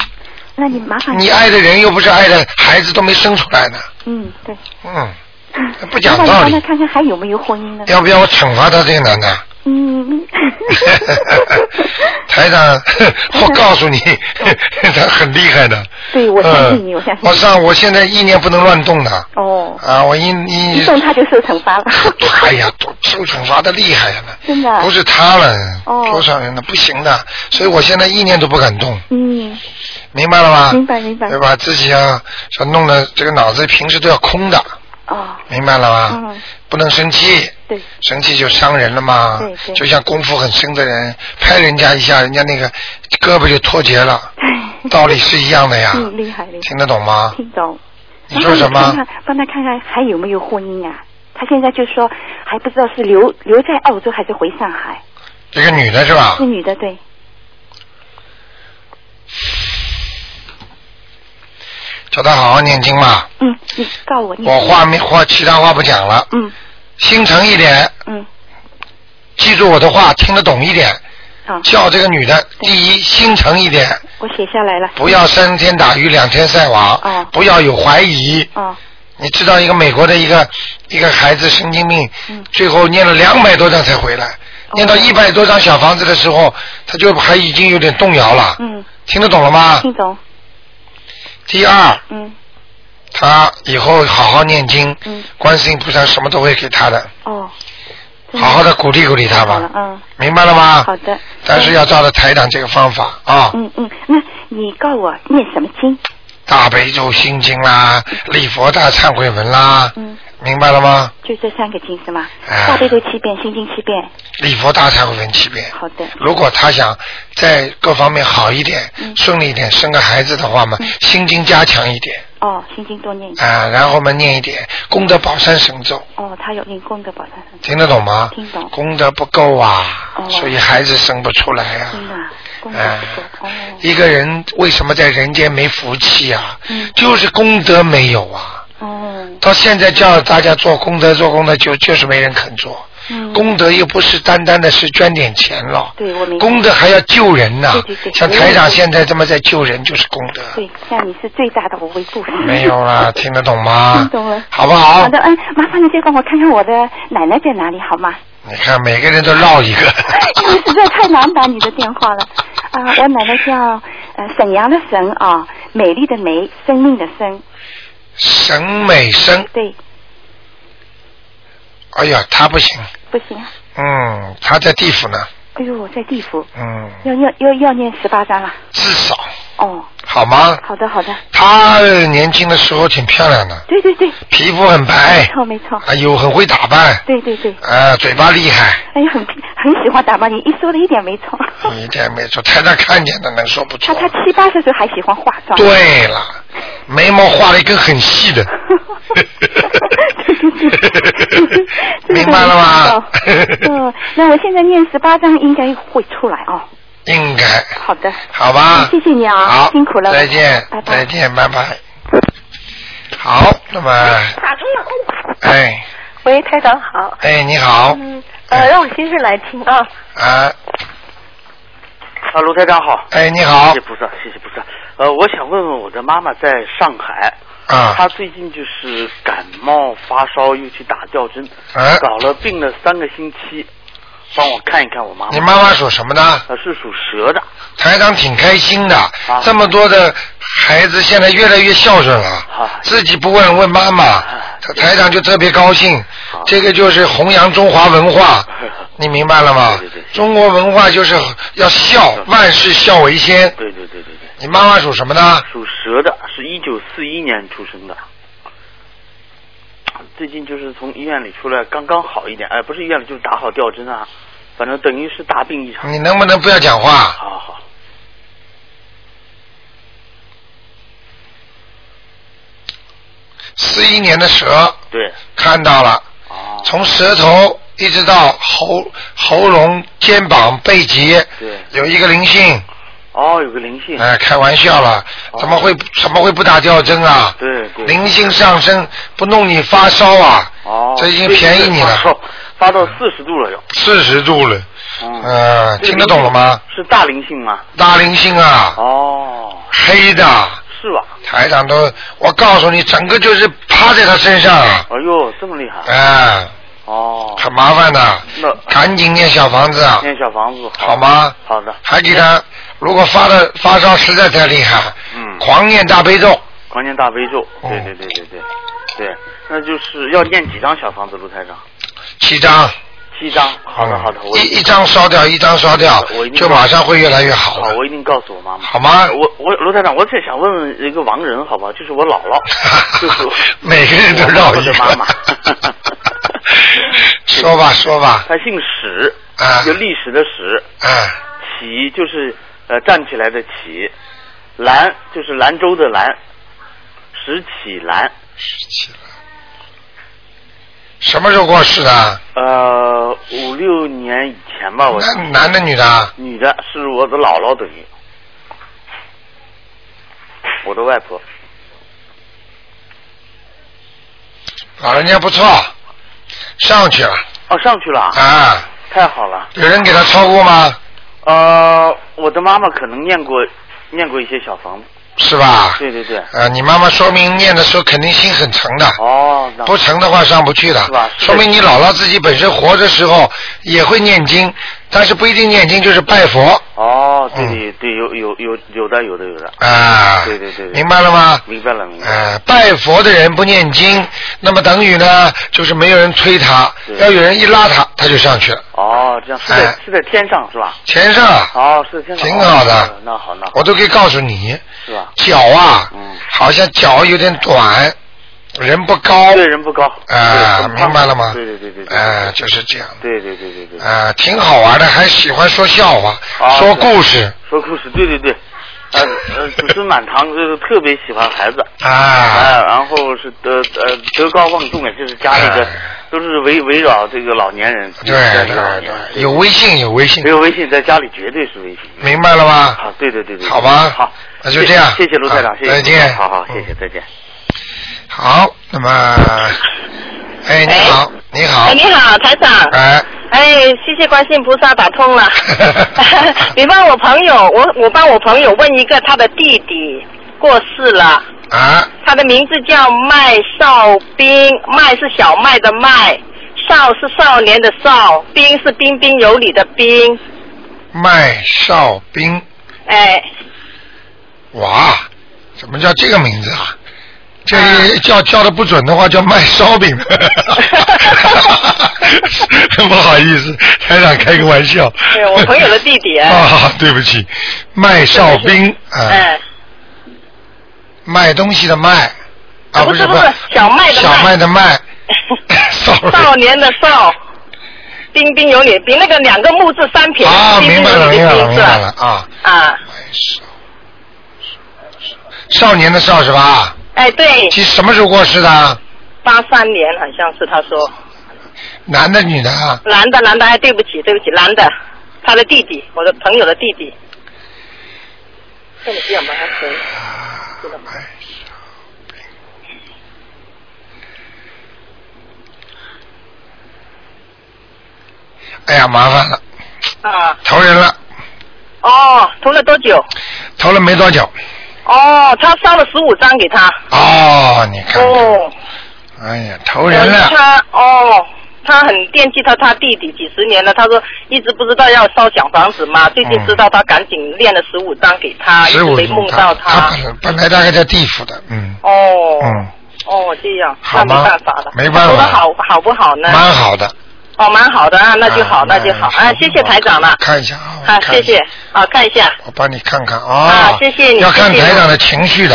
那你麻烦
你爱的人又不是爱的孩子都没生出来呢，
嗯，对。
嗯，不讲
麻
道
烦
理
你帮他看看还有没有婚姻呢？
要不要我惩罚他这个男 的？
嗯，
台长， 我告诉你，他很厉害的。
嗯对，我相信你，
嗯
我相信你。
我上，我现在意念不能乱动的。
哦，
啊，我一
一
一，
动他就受惩罚了，
哎呀，都受惩罚的厉害了，
真的啊。
不是他了，
哦
多少人了，不行的，所以我现在意念都不敢动，
嗯，
明白了吗？
明白明白。
对吧？自己要要弄得这个脑子平时都要空的，
哦，
明白了吗？
嗯，
不能生气，
对，
生气就伤人了嘛。
对对
就像功夫很深的人，拍人家一下，人家那个胳膊就脱节了，道理是一样的呀。
嗯， 厉害厉害，
啊听得懂 吗？
听懂。
你说什
帮
么
他？看看帮他看看还有没有婚姻啊？他现在就说还不知道是留留在澳洲还是回上海。
这个女的是吧
是？女的，对。
叫她好好念经嘛。
嗯，你告我你。
我话没话，其他话不讲了。
嗯。
心诚一点。
嗯。
记住我的话，听得懂一点。
啊。
叫这个女的，第一心诚一点，
我写下来了。
不要三天打鱼两天晒网，
哦
不要有怀疑。
哦，
你知道一个美国的一个一个孩子神经病，
嗯
最后念了两百多张才回来，
哦
念到一百多张小房子的时候，他就还已经有点动摇了。
嗯，
听得懂了吗？
听懂。
第二，
嗯，
他以后好好念经，
嗯，
观世音菩萨什么都会给他的，
哦。真
好好的鼓励鼓励他
好了
吧，，
嗯。
明白了吗？
好的。
但是要照着台长这个方法啊，
嗯嗯，那你告我念什么经？
大悲咒心经啦，礼佛大忏悔文啦，
嗯，
明白了吗？
就这三个经是吗？
哎
大悲咒七遍，心经七遍。
礼佛大忏悔文七遍。
好的，
如果他想在各方面好一点、
嗯
顺利一点，生个孩子的话嘛，心经加强一点
哦，心经多念一点。
啊、然后嘛念一点功德宝山神咒，
哦，他有念功德宝山神
听得懂吗？
听懂
功德不够啊，
嗯哦
所以孩子生不出来啊。
经啊，功德
哎
不够。哦，
一个人为什么在人间没福气啊？
嗯
就是功德没有啊。
哦，
到现在叫大家做功德，做功德就就是没人肯做。
嗯，
功德又不是单单的是捐点钱了，
对我明白。
功德还要救人呐、
对对对
像台长现在这么在救人，就是功德。
对，像你是最大的无为故事。
没有啦，听得懂吗？
听懂了
好不好？
好的，嗯，麻烦你再帮我看看我的奶奶在哪里好吗？
你看每个人都绕一个。
因为实在太难打你的电话了。啊、我奶奶叫呃沈阳的沈啊、美丽的美，生命的生，
沈美生，
对，
哎呀，他不行，
不行啊，
嗯，他在地府呢，
哎呦，我在地府，
嗯，
要要要要念十八章了。
至少
哦，
好吗？
好的好的，
他年轻的时候挺漂亮的，
对对对，
皮肤很白
没，错没错，
哎呦，很会打扮，
对对对，
啊、嘴巴厉害，
哎呀，很很喜欢打扮，你一说的一点没 错。
一点没错，台上看见的能说不
他
错？
他七八岁时候还喜欢化妆。
对了，眉毛画了一根很细的。
这个
明白了吗？
我知道嗯，那我现在念十八章应该会出来哦。
应该，
好的，
好吧。
谢谢你啊
好，
辛苦了
再见，
拜拜
再见，拜拜。好，那么，
打通了。
哎，
喂，台长好。
哎，你好，
嗯，呃，让我先生来听啊。
啊，
啊，卢台长好。
哎你好
谢谢菩萨，谢谢菩萨。呃，我想问问我的妈妈在上海，
啊
她最近就是感冒发烧，又去打吊针，
啊
搞了病了三个星期，帮我看一看我妈妈。
你妈妈属什么呢？
呃，是属蛇的。
台长挺开心的，这么多的孩子现在越来越孝顺了，自己不问问妈妈，台长就特别高兴，这个就是弘扬中华文化，你明白了吗？中国文化就是要孝，万事孝为先。
对对对对对。
你妈妈属什么呢？
属蛇的，是一九四一年出生的。最近就是从医院里出来，刚刚好一点，哎，不是医院里，就是打好吊针啊，反正等于是大病一场。
你能不能不要讲话
好好。
四一年的蛇
对，
看到了，从舌头一直到喉喉咙、肩膀、背脊，
对
有一个灵性。
哦，有个灵性。
哎，开玩笑了，怎么会怎么会不打吊针啊？
哦对对。
灵性上升，不弄你发烧啊？
哦，
这已经便宜你 了
发烧发到四十度了又。
四十度了，
嗯
呃，听得懂了吗？？
是大灵性吗？
大灵性啊，
哦，
黑的，
是吧？
台长都，我告诉你，整个就是趴在他身上，啊
哎呦，这么厉害！
哎，
哦，
很麻烦的，
那
赶紧念小房子啊，
念小房子，
好吗？
好的，
还给他，如果发的发烧实在太厉害，
嗯，
狂念大悲咒，
狂念大悲咒，
哦
对对对对对，对，那就是要念几张小房子，卢台长？
七张，
七张。好的好的，我
嗯一一张烧掉，一张烧掉
我一，定
就马上会越来越好
好，
了，
我一定告诉我妈妈。
好吗？
我我卢台长，我只想问问一个亡人，好吧？就是我姥 姥，就是我
每个人都绕一
我
个
妈 妈。
说吧说吧，
他姓史，
啊
就历史的史，
啊，
起就是呃站起来的起，兰就是兰州的兰，史启兰，
什么时候过世的？
呃，五六年以前吧，我
男男的女的啊？
女的，是我的姥姥等于，我的外婆，
老人家不错，上去了
哦，上去了，
啊，
太好了。
有人给他超过吗？
呃，我的妈妈可能念过，念过一些小房子。
是吧？
对对对。
啊，你妈妈说明念的时候肯定心很诚的，
哦，那
不诚的话上不去的
是吧？，是
说明你姥姥自己本身活着时候也会念经，但是不一定念经就是拜佛，
哦，对对
嗯
对，有有有有的有的有的。
啊
对对嗯对。对
明白了吗？
明白了，明白了。
呃，拜佛的人不念经，那么等于呢就是没有人推他，
对
要有人一拉他他就上去了。
哦，这样是在是在天上是吧？
天上
哦，是在天上。
哎挺好的
哦那好，那好。
我都可以告诉你，
是吧？
脚啊，
嗯
好像脚有点短，人不高，
对，人不高。
啊
对很胖
明白了吗
对对对对对。
哎就是这样。
对对对对对。
啊，挺好玩的，还喜欢说笑话，
啊
说故事，
说故事，对对对，呃呃，祖孙满堂，就是特别喜欢孩子，
啊
哎然后是德呃德高望重的，就是家里的都是围围绕这个老年人，
啊对
家里
对
的老年人
对，有微信有微信，
没有微信在家里绝对是微信，
明白了吗？
好，对对对对，
啊好吧
好，
那就这样
谢谢谢谢卢台长
啊，
谢谢，
再见嗯
好好，谢谢，再见。
好，那么，哎，你好，你好
哎，，你好，台长。
哎，
哎，谢谢观世音菩萨打 通了。你帮我朋友，我我帮我朋友问一个他的弟弟过世了，
啊，
他的名字叫麦少兵，麦是小麦的麦，少是少年的少，兵是彬彬有礼的彬。
麦少兵，
哎，
哇，怎么叫这个名字啊？这叫叫的不准的话，叫卖烧 饼。 不好意思，台长开个玩笑。
对我朋友的弟弟。哎
啊， 对不起，麦少兵啊，
哎，
卖东西的卖啊，
不
是
不是小麦的麦
小麦的 麦，
嗯少年的少，彬彬有礼，比那个两个木字三撇，
啊，
彬彬
明白
有
了，
礼
明
的
白了，
彬
明
是
白
吧
了啊，
啊，
少年的少是吧？
哎，对，
其实什么时候过世的？
八三年好像是他说，
男的女的啊？
男的男的，哎，对不起对不起，男的，他的弟弟，我的朋友的弟弟。这里有吗？
哎呀，麻烦了，
啊，
投人了，
哦，涂了多久？
投了没多久。
哦，他烧了十五张给他。
哦，你看，
哦，
哎呀，投人了。
他哦，他很惦记他他弟弟几十年了，他说一直不知道要烧小房子嘛，最近知道他赶紧练了十五张给他，一
嗯
直
十五
没梦到
他本来本来大概在地府的，嗯
哦
嗯，
哦，我这样，
好吗
那没办法了，
没办法
说的好好不好呢？
蛮好的，哎
哦，蛮好的啊，那就好，那就好啊，谢谢台长了，
嗯看一下啊，
啊，谢谢，啊，看一下，
我帮你看看
啊
啊，
谢谢你
要看
谢谢
台长的情绪的，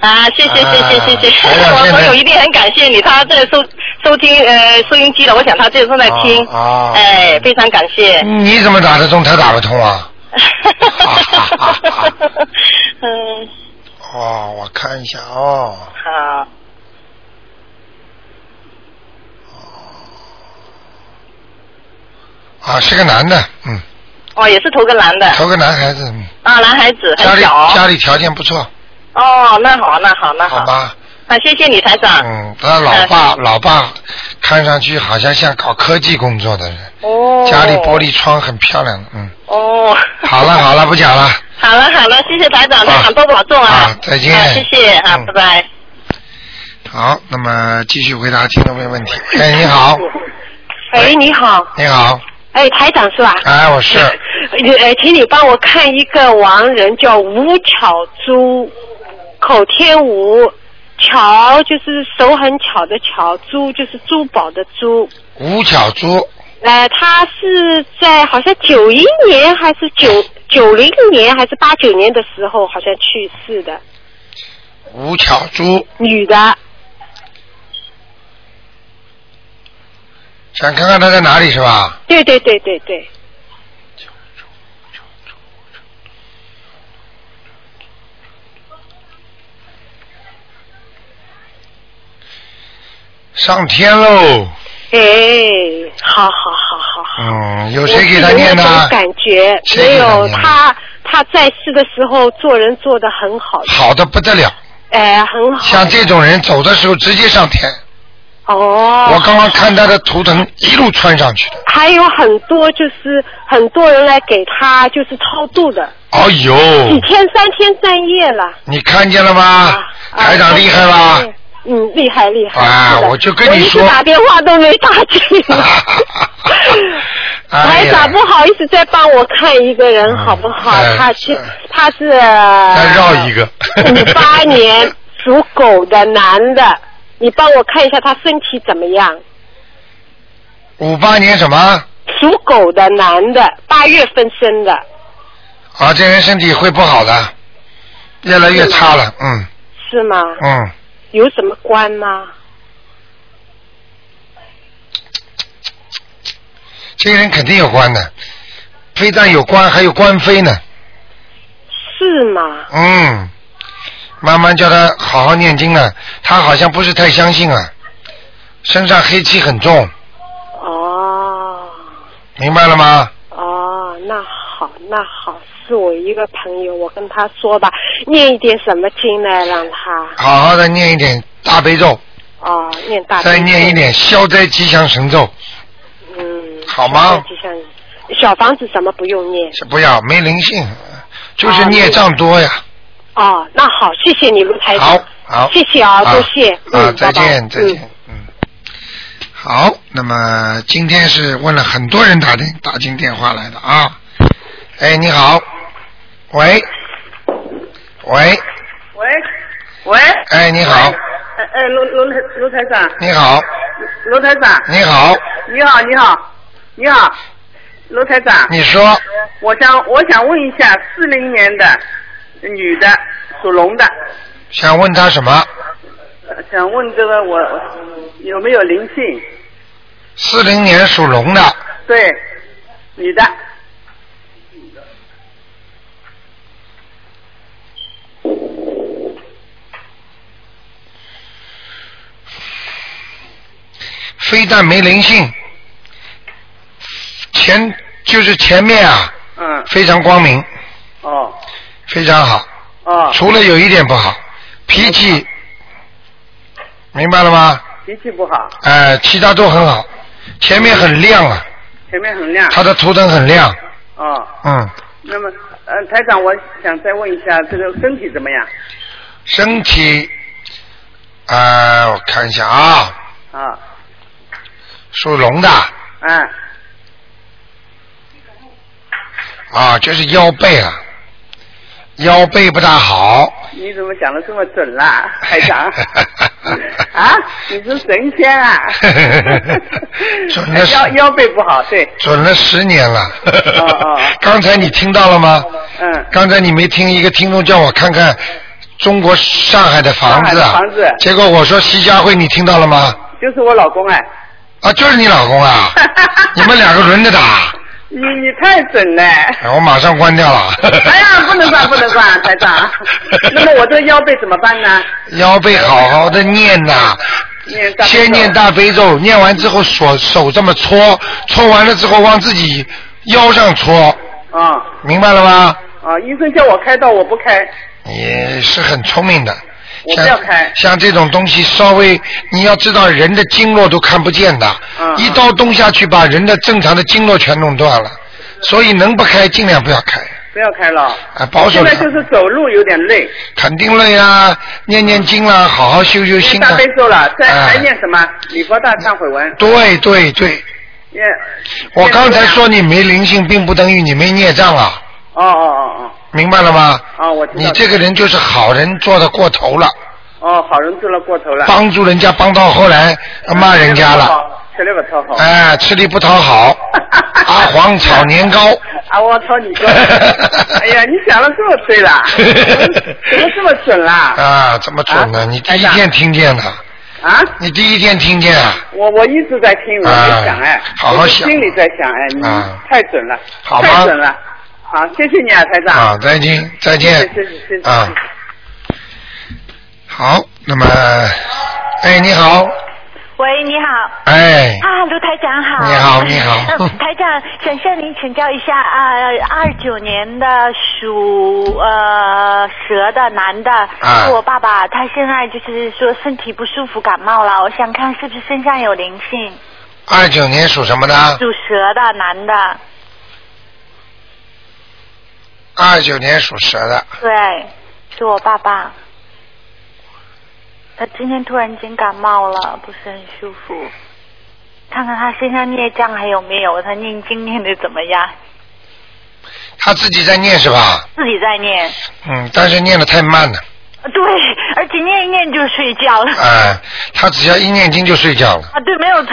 啊，谢谢谢谢谢谢，
台长
我
现
朋
在
友一定很感谢你，他在收收听呃收音机了，我想他这正在听，
啊，
哎，非常感谢，
你怎么打得通，他打不通啊？
嗯，
哦，我看一下哦，
好，
啊，是个男的，嗯，
哦，也是投个男的，
投个男孩子，嗯
啊，男孩子
家
很
里
小哦，
家里条件不错，
哦，那好那好那
好
好，
吧？
啊，谢谢你台长，
嗯，他老爸老爸看上去好像像搞科技工作的人，
哦，
家里玻璃窗很漂亮，嗯，
哦，
好了好了，不讲了，
好了好了，谢谢台长，台长多保重啊，
再见嗯
啊，谢谢啊，拜拜。
好，那么继续回答听众朋友问题。哎，你好，
哎，你好，
你好，
哎，台长是吧？
哎，我是
呃，请你帮我看一个亡人，叫吴巧珠，口天吴，巧就是手很巧的巧，珠就是珠宝的珠。
吴巧珠，
呃，他是在好像九一年还是九九零年还是八九年的时候，好像去世的，
吴巧珠，
女的。
想看看他在哪里是吧？
对对对对对，
上天喽，
哎，好好好好好。
嗯，
我
有谁给他
有
念
一种
呢？
感觉
谁
没
给他
有
念的
他，他在世的时候做人做得很好，
好的不得了，
哎，很好。
像这种人走的时候直接上天。
哦。
我刚刚看他的图腾一路穿上去的，
还有很多就是很多人来给他就是超度的，
哎呦，
几天三天三夜了。
你看见了吗？啊
啊
台长厉害吧？
嗯，厉害厉害。
啊
是的
我就跟
我
你
一直
说
打电话都没打 进。
哎
台
呀
长，哎不好意思，再帮我看一个人好不好？
哎
他是他是再
绕一个，
五八年属狗的男的，你帮我看一下他身体怎么样？
五八年什么？
属狗的男的，八月份生的，
啊，这人身体会不好的，越来越差了，嗯
是吗？
嗯，
有什么关吗？
这个人肯定有关的，非但有关，还有官非呢，
是吗？
嗯，慢慢叫他好好念经啊，他好像不是太相信啊，身上黑气很重，
哦
明白了吗？
哦，那好那好，是我一个朋友，我跟他说吧，念一点什么经呢，让他
好好的念一点大悲咒，
哦念大悲咒
再念一点消灾吉祥神咒，
嗯
好吗
就像小房子什么不用念
不要没灵性，
啊
就是孽障多呀。
哦，那好，谢谢你卢台长，
好，好，
谢谢啊，
啊
多谢，
啊，
嗯，
再
拜
见，
拜
再见，嗯。好，那么今天是问了很多人打电打进电话来的啊。哎，你好，喂，喂，
喂，喂，
哎，你好，
哎哎，卢卢台卢台长，
你好，
卢台长，
你好，
你好，你好，你好，卢台长，
你说，
我想我想问一下，四零年的女的，属龙的，
想问他什么？
呃想问这个我有没有灵性？
四零年属龙的，
对，女的，
非但没灵性，前就是前面啊，
嗯，
非常光明，
哦
非常好，
哦，
除了有一点不好，脾气，明白了吗？
脾气不好，
呃，其他都很好，前面很亮啊，
前面很亮，
它的图腾很亮，
哦，
嗯，
那么呃，台长，我想再问一下，这个身体怎么样？
身体，呃，我看一下啊，
啊，
属龙的
嗯，
啊，就是腰背啊，腰背不大好，
你怎么想的这么准啦，台长？啊？你是神仙啊！
准了
腰腰背不好，对。
准了十年了。 刚才你听到了吗？
啊嗯。
刚才你没听，一个听众叫我看看中国上海的房子啊
上海的房子
结果我说徐家汇，你听到了吗？
就是我老公哎、
啊，就是你老 公啊！你们两个轮着打，
你你太准了！
哎我马上关掉 了。
哎呀，不能算，不能算，台长。 那么我这腰背怎么办呢？
腰背好好的念呐、
念大悲咒
先念大悲咒，念完之后手手这么搓，搓完了之后往自己腰上搓，
啊
明白了吗？
啊！医生叫我开刀，我不开，
也是很聪明的。
我不
像
要开。
像这种东西，稍微你要知道，人的经络都看不见的，
嗯
一刀动下去，把人的正常的经络全弄断了。所以能不开尽量不要开，
不要开了。
啊保守
现
了
在就是走路有点累，
肯定累啊，念念经啦，好好修修
嗯念
心
大
啊
悲。咒了，再
哎
还念什么？礼佛大忏悔文。
对对对，
念。
我刚才说你没灵性，并不等于你没孽障啊，
哦哦哦
明白了吗？
哦，哦，我知道。
你这个人就是好人做的过头了，
哦，好人做了过头了。
帮助人家帮到后来呃骂人家了，
吃力不讨好。
哎，吃力不讨 好。 阿黄炒年糕，
啊，我操你 个！哎呀，你想的这么对啦？怎么这么准啦？
啊，这么准呢？你第一天听见的，
啊？
你第一天听见啊？
我我一直在听，我没想哎
啊，好好想
我心里在想哎，你
啊
太准了，
好吧
太准了。好，谢谢你啊，台长。
啊，再见，再见
谢谢谢谢。谢谢
啊，好，那么，哎，你好，
喂，你好。
哎，
啊，卢台长好。
你好你好
嗯、台长，想向您请教一下啊，二九年的属呃蛇的男的，
啊
是我爸爸，他现在就是说身体不舒服，感冒了，我想看是不是身上有灵性。
啊二九年属什么呢？
属蛇的男的，
二九年属蛇的，
对，是我爸爸。他今天突然间感冒了，不是很舒服。看看他身上孽障还有没有，他念经念的怎么样？
他自己在念是吧？
自己在念，
嗯，但是念的太慢了，
对，而且念一念就睡觉了。
哎、他只要一念经就睡觉了。
啊，对，没有错。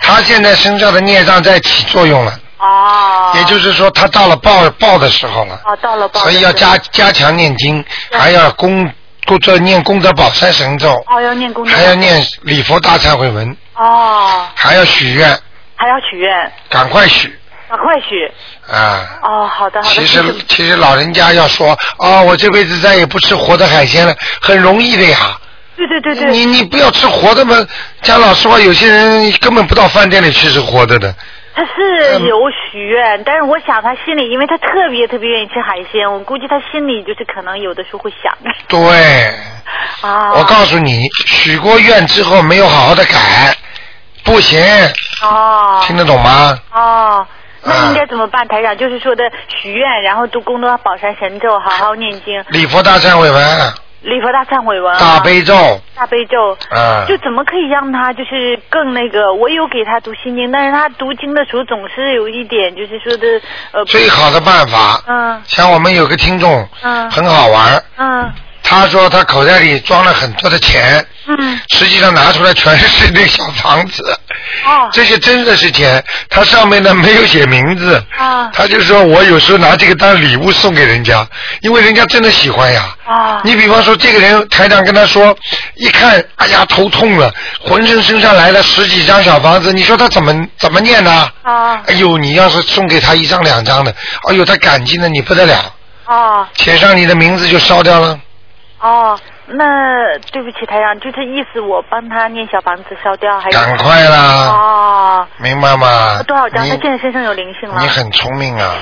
他现在身上的孽障在起作用了。哦。也就是说，他到了报报的时候了。
哦，到了报
所以要加加强念经，还要功功这念功德宝山神咒，
哦，要念功德，
还要念礼佛大忏悔文，
哦，
还要许愿，
还要许愿，
赶快许
啊，快许。
啊！
哦，好的，好的。
其
谢
实
谢
其实老人家要说哦，我这辈子再也不吃活的海鲜了，很容易的呀。
对对对对。
你你不要吃活的嘛！讲老实话，有些人根本不到饭店里去吃活的的。
他是
嗯
有许愿，但是我想他心里，因为他特别特别愿意吃海鲜，我估计他心里就是可能有的时候会想。
对，
啊。
我告诉你，许过愿之后没有好好的改，不行，
哦。
听得懂吗？
哦，
啊
那应该怎么办，台长？就是说的许愿，然后读功德宝山神咒，好好念经。
礼佛大忏悔文，
礼佛大忏悔文啊、
大悲咒
大悲咒，
啊
就怎么可以让他就是更那个？我有给他读心经，但是他读经的时候总是有一点，就是说的呃，
最好的办法。
嗯
像我们有个听众，
嗯，
很好玩，
嗯
他说他口袋里装了很多的钱，
嗯，
实际上拿出来全是那小房子，
哦，
这些真的是钱，他上面呢没有写名字，
啊
他就说我有时候拿这个当礼物送给人家，因为人家真的喜欢呀。
啊
你比方说，这个人台长跟他说，一看，哎呀，头痛了，浑身身上来了十几张小房子，你说他怎么怎么念呢？
啊
哎呦，你要是送给他一张两张的，哎呦，他感激的你不得了，
啊
写上你的名字就烧掉了。
哦，那对不起，台长，就这意思，我帮他念小房子烧掉，还是
赶快啦
哎哦，
明白吗？
多少张？
啊你
他现在身上有灵性了。
你很聪明啊，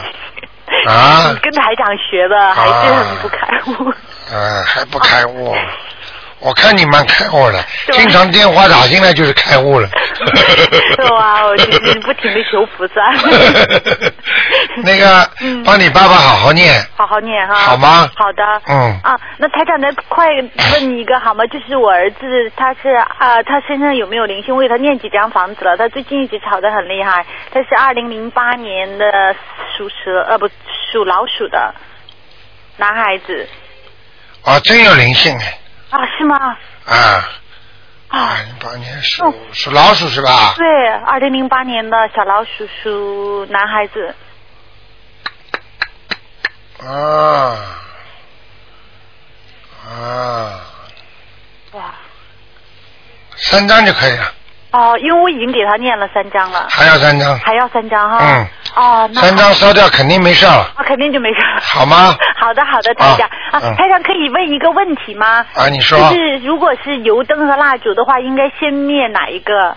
啊
你跟台长学的，还是很不开悟。
呃，还不开悟。我看你蛮开悟的，
对
经常电话打进来就是开悟了。
对 啊， 我就是嗯不停的求菩萨。
那个，帮你爸爸好好念。
好好念哈。
好吗
好的。
嗯
啊，那台长，再快问你一个好吗？就是我儿子，他是啊、他身上有没有灵性？我给他念几张房子了，他最近一直吵得很厉害。他是二零零八年的属蛇，呃，不，属老鼠的男孩子
哦啊，真有灵性哎，
啊，是吗？
啊，
啊，
八年属属老鼠是吧？
对，二零零八年的小老鼠属男孩子，
啊啊，
哇，
三张就可以了，
哦，因为我已经给他念了三张了，
还要三张
还要三张哈，
嗯，
哦，那
三张烧掉肯定没事儿了，
啊，肯定就没 事了，
好吗？
好的，好的，台长啊，
嗯
台长可以问一个问题吗？
啊你说
就是如果是油灯和蜡烛的话，应该先灭哪一个？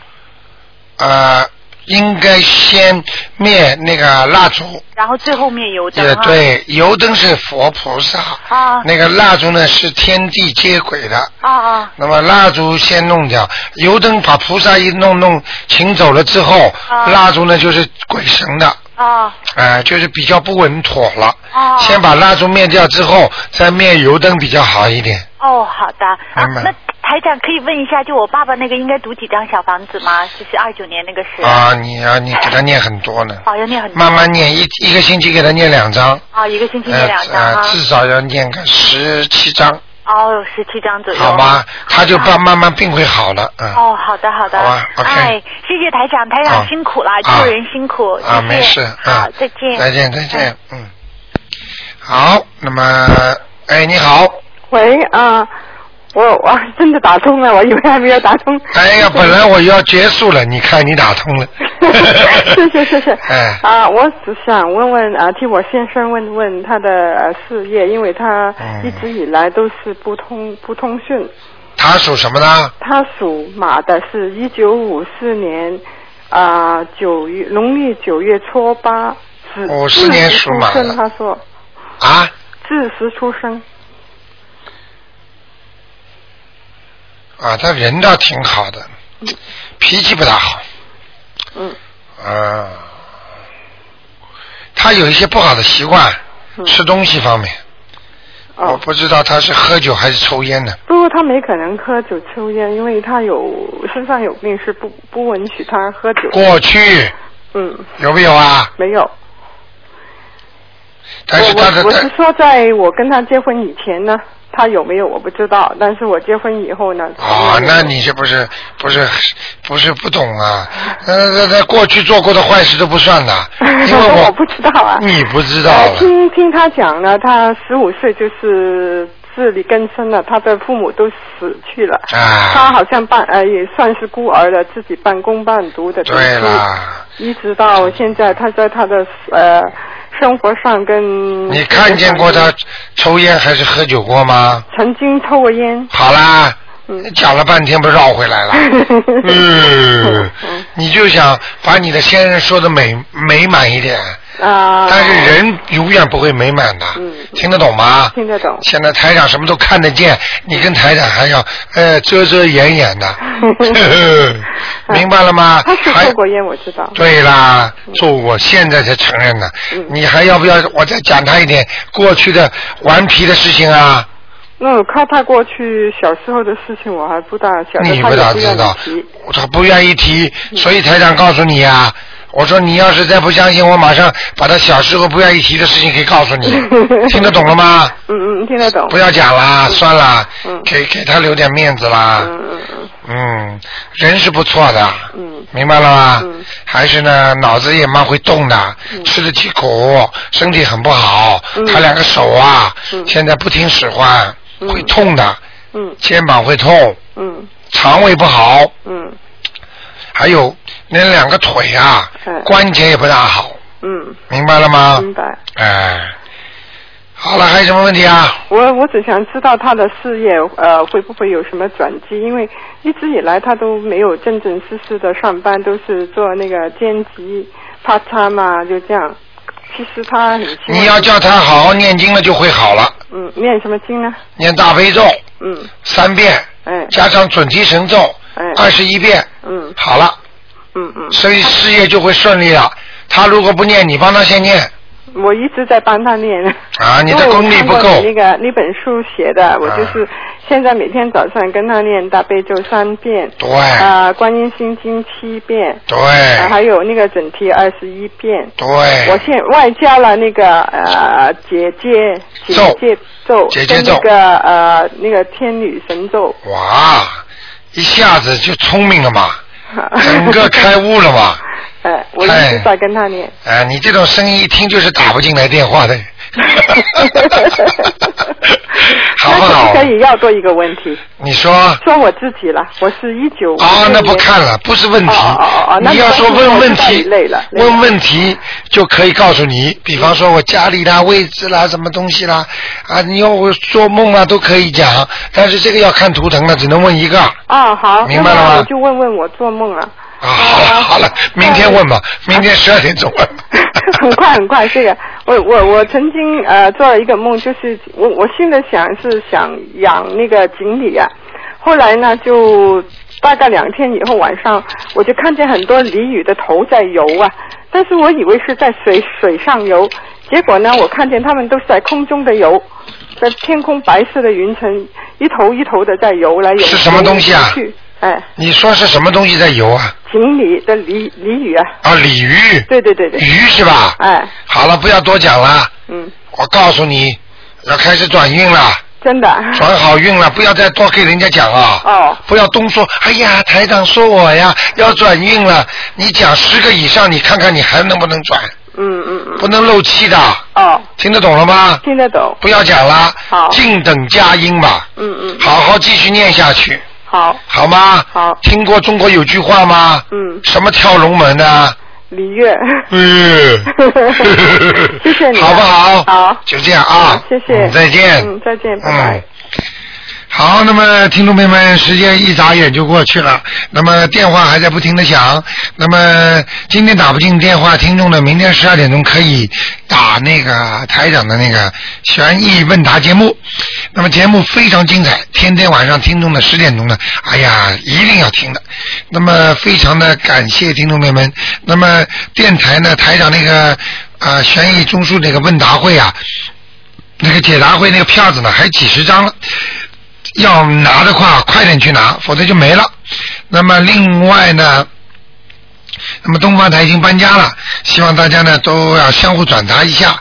呃，应该先灭那个蜡烛，
然后最后灭油灯
也
哈。
对，油灯是佛菩萨，
啊
那个蜡烛呢是天地接轨的。
啊啊
那么蜡烛先弄掉，油灯把菩萨一弄弄请走了之后，
啊
蜡烛呢就是鬼神的，
啊
哎、就是比较不稳妥了。
啊
先把蜡烛灭掉之后，再灭油灯比较好一点。
哦，好的啊
明白，
那台长可以问一下，就我爸爸那个应该读几张小房子吗？就是二九年那个是
啊，你啊，你给他念很多呢，
哦，要念很多
慢慢念，一一个星期给他念两张，
啊，一个星期念
呃
两张
呃
啊，
至少要念个十七张，
哦，十七张左右，
好吗？他就慢慢慢病会好了，嗯。
哦，好的好的，
好吧，OK
哎，谢谢台长，台
啊
长辛苦了，
啊
救人辛苦，
啊，
谢谢
没事啊
好，，再见，
再见，再见，嗯，好，那么，哎，你好，
喂啊、我我真的打通了，我以为还没有打通。
哎呀，本来我要结束了，你看你打通了，
谢谢谢谢
哎，
啊、我只想问问啊、替我先生问问他的、呃事业，因为他
嗯
一直以来都是不通不通讯。
他属什么呢？
他属马的，是一九五四年啊九、月农历九月初八，子
54年哦属马的
子时出生嗯他说
啊，
子时出生。
啊，他人倒挺好的，脾气不大好，
嗯，
啊，他有一些不好的习惯，
嗯
吃东西方面，
哦
我不知道他是喝酒还是抽烟呢，
不过他没可能喝酒抽烟，因为他有身上有病，是不不允许他喝酒。
过去
嗯，
有没有啊？
没有。
但是他的
我我我是说，在我跟他结婚以前呢，他有没有我不知道，但是我结婚以后呢，
啊，那你这不是不是不是不懂啊？
嗯
呃，那那过去做过的坏事都不算 的，因为我
不知道啊。
你不知道
呃
了
听听他讲呢，他十五岁就是自力更生了，他的父母都死去了，
啊？
他哎好像半呃也算是孤儿了，自己半工半读的。
对啦，
一直到现在，他在他的呃生活上跟
你看见过
嗯
他抽烟还是喝酒过吗？
曾经抽过烟，
好啦，
嗯
讲了半天不绕回 来了。嗯，你就想把你的先生说的美美满一点，
啊，嗯
但是人永远不会美满的，听得懂吗？
听得懂。
现在台长什么都看得见，你跟台长还要呃遮遮掩掩 的， 明白了吗？
他是抽过烟，我知道。
对啦，
嗯
做我现在才承认呢。你还要不要我再讲他一点过去的顽皮的事情啊？
那我看他过去小时候的事情，我还不大晓得，
你
他
不咋
也不
知
愿
道
意提。，嗯
他不愿意提，所以台长告诉你啊，我说你要是再不相信，我马上把他小时候不愿意提的事情给告诉 你，听得懂了吗？
嗯嗯，听得懂。
不要讲
嗯
啦，算啦，给给他留点面子啦。嗯，人是不错的，
嗯
明白了吗？还是呢，脑子也蛮会动的，
嗯
吃得起苦，身体很不好。他两个手啊，
嗯
现在不听使唤，会痛的，肩膀会痛，
嗯
肠胃不好，
嗯
还有那两个腿啊，关节也不大好，
哎嗯，
明白了吗？
明白。
哎，好了，还有什么问题啊？
我我只想知道他的事业呃会不会有什么转机，因为一直以来他都没有正正式式的上班，都是做那个兼职 part time 嘛，就这样。其实他很希望
你要叫他好好念经了，就会好了。
嗯念什么经呢？
念大悲咒
嗯
三遍，
哎
加上准提神咒
哎
二十一遍，
嗯
好了，
嗯嗯
所以事业就会顺利了。他如果不念，你帮他先念，
嗯我一直在帮他念。
啊你的
因哦为我
功力
看
不
过
够
你那个那本书写
啊
的，我就是现在每天早上跟他念大悲咒三遍，
对
啊、观音心经七遍，
对
啊还有那个整体二十一遍，
对
我现外加了那个呃姐姐姐姐咒，
姐姐
跟
咒
那个呃那个天女神咒，
哇，一下子就聪明了嘛，整个开悟了嘛。
呃，我一直在跟他念。
啊，你这种声音一听就是打不进来电 话的，好不
那可
好
不可？以要多一个问题？
你说。
说我自己了，我是一九
啊，那不看了，不是问
啊
题。
那
你要说问问
那你
题
知道你累了，累
问问题就可以告诉你，比方说我家里啦、位置啦、什么东西啦，啊，你要我做梦啊都可以讲，但是这个要看图腾的，只能问一个。
啊，好，
明白了
那
吗
么我就问问我做梦了，
啊，好了好了，明天问
啊
吧，明天十二点钟 问。
很快很快，这个我我我曾经呃做了一个梦，就是我我心里想是想养那个锦鲤啊，后来呢就大概两天以后晚上，我就看见很多鲤鱼的头在游啊，但是我以为是在水水上游，结果呢我看见它们都是在空中的游。在天空白色的云层，一头一头的在游来游去。
是什么东西啊
游去哎，
你说是什么东西在游啊？
锦鲤的鲤鲤鱼啊。
啊，鲤鱼。
对对对对。
鱼是吧？
哎，
好了，不要多讲了。
嗯。
我告诉你，要开始转运了。
真的。
转好运了，不要再多给人家讲啊！
哦，
不要东说，哎呀，台长说我呀要转运了，你讲十个以上，你看看你还能不能转？
嗯嗯嗯。
不能漏气的。
哦。
听得懂了吗？
听得懂。
不要讲了。
好
静等佳音吧。
嗯嗯。
好好继续念下去，
好，
好吗？
好。
听过中国有句话吗？
嗯，
什么跳龙门啊呢？
李月，
嗯，
谢谢你 啊，
好不好？
好，
就这样啊。
谢谢
嗯，再见。
嗯，再见，拜拜
嗯。。好，那么听众朋友们，时间一眨眼就过去了。那么电话还在不停的响。那么今天打不进电话，听众呢，明天十二点钟可以打那个台长的那个悬疑问答节目。那么节目非常精彩，天天晚上听众的十点钟呢，哎呀，一定要听的。那么非常的感谢听众朋友们。那么电台呢，台长那个呃悬疑综述那个问答会啊，那个解答会那个票子呢，还几十张了，要拿的话快点去拿，否则就没了。那么另外呢，那么东方台已经搬家了，希望大家呢都要相互转达一下。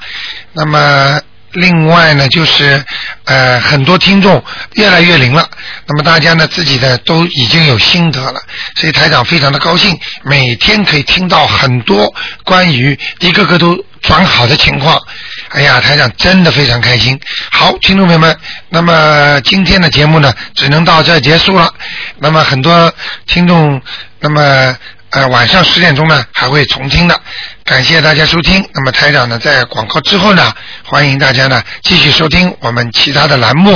那么另外呢，就是呃很多听众越来越灵了，那么大家呢自己呢都已经有心得了，所以台长非常的高兴，每天可以听到很多关于一个个都转好的情况。哎呀，台长真的非常开心。好，听众朋友们，那么今天的节目呢，只能到这儿结束了。那么很多听众，那么呃晚上十点钟呢还会重听的。感谢大家收听。那么台长呢在广告之后呢，欢迎大家呢继续收听我们其他的栏目。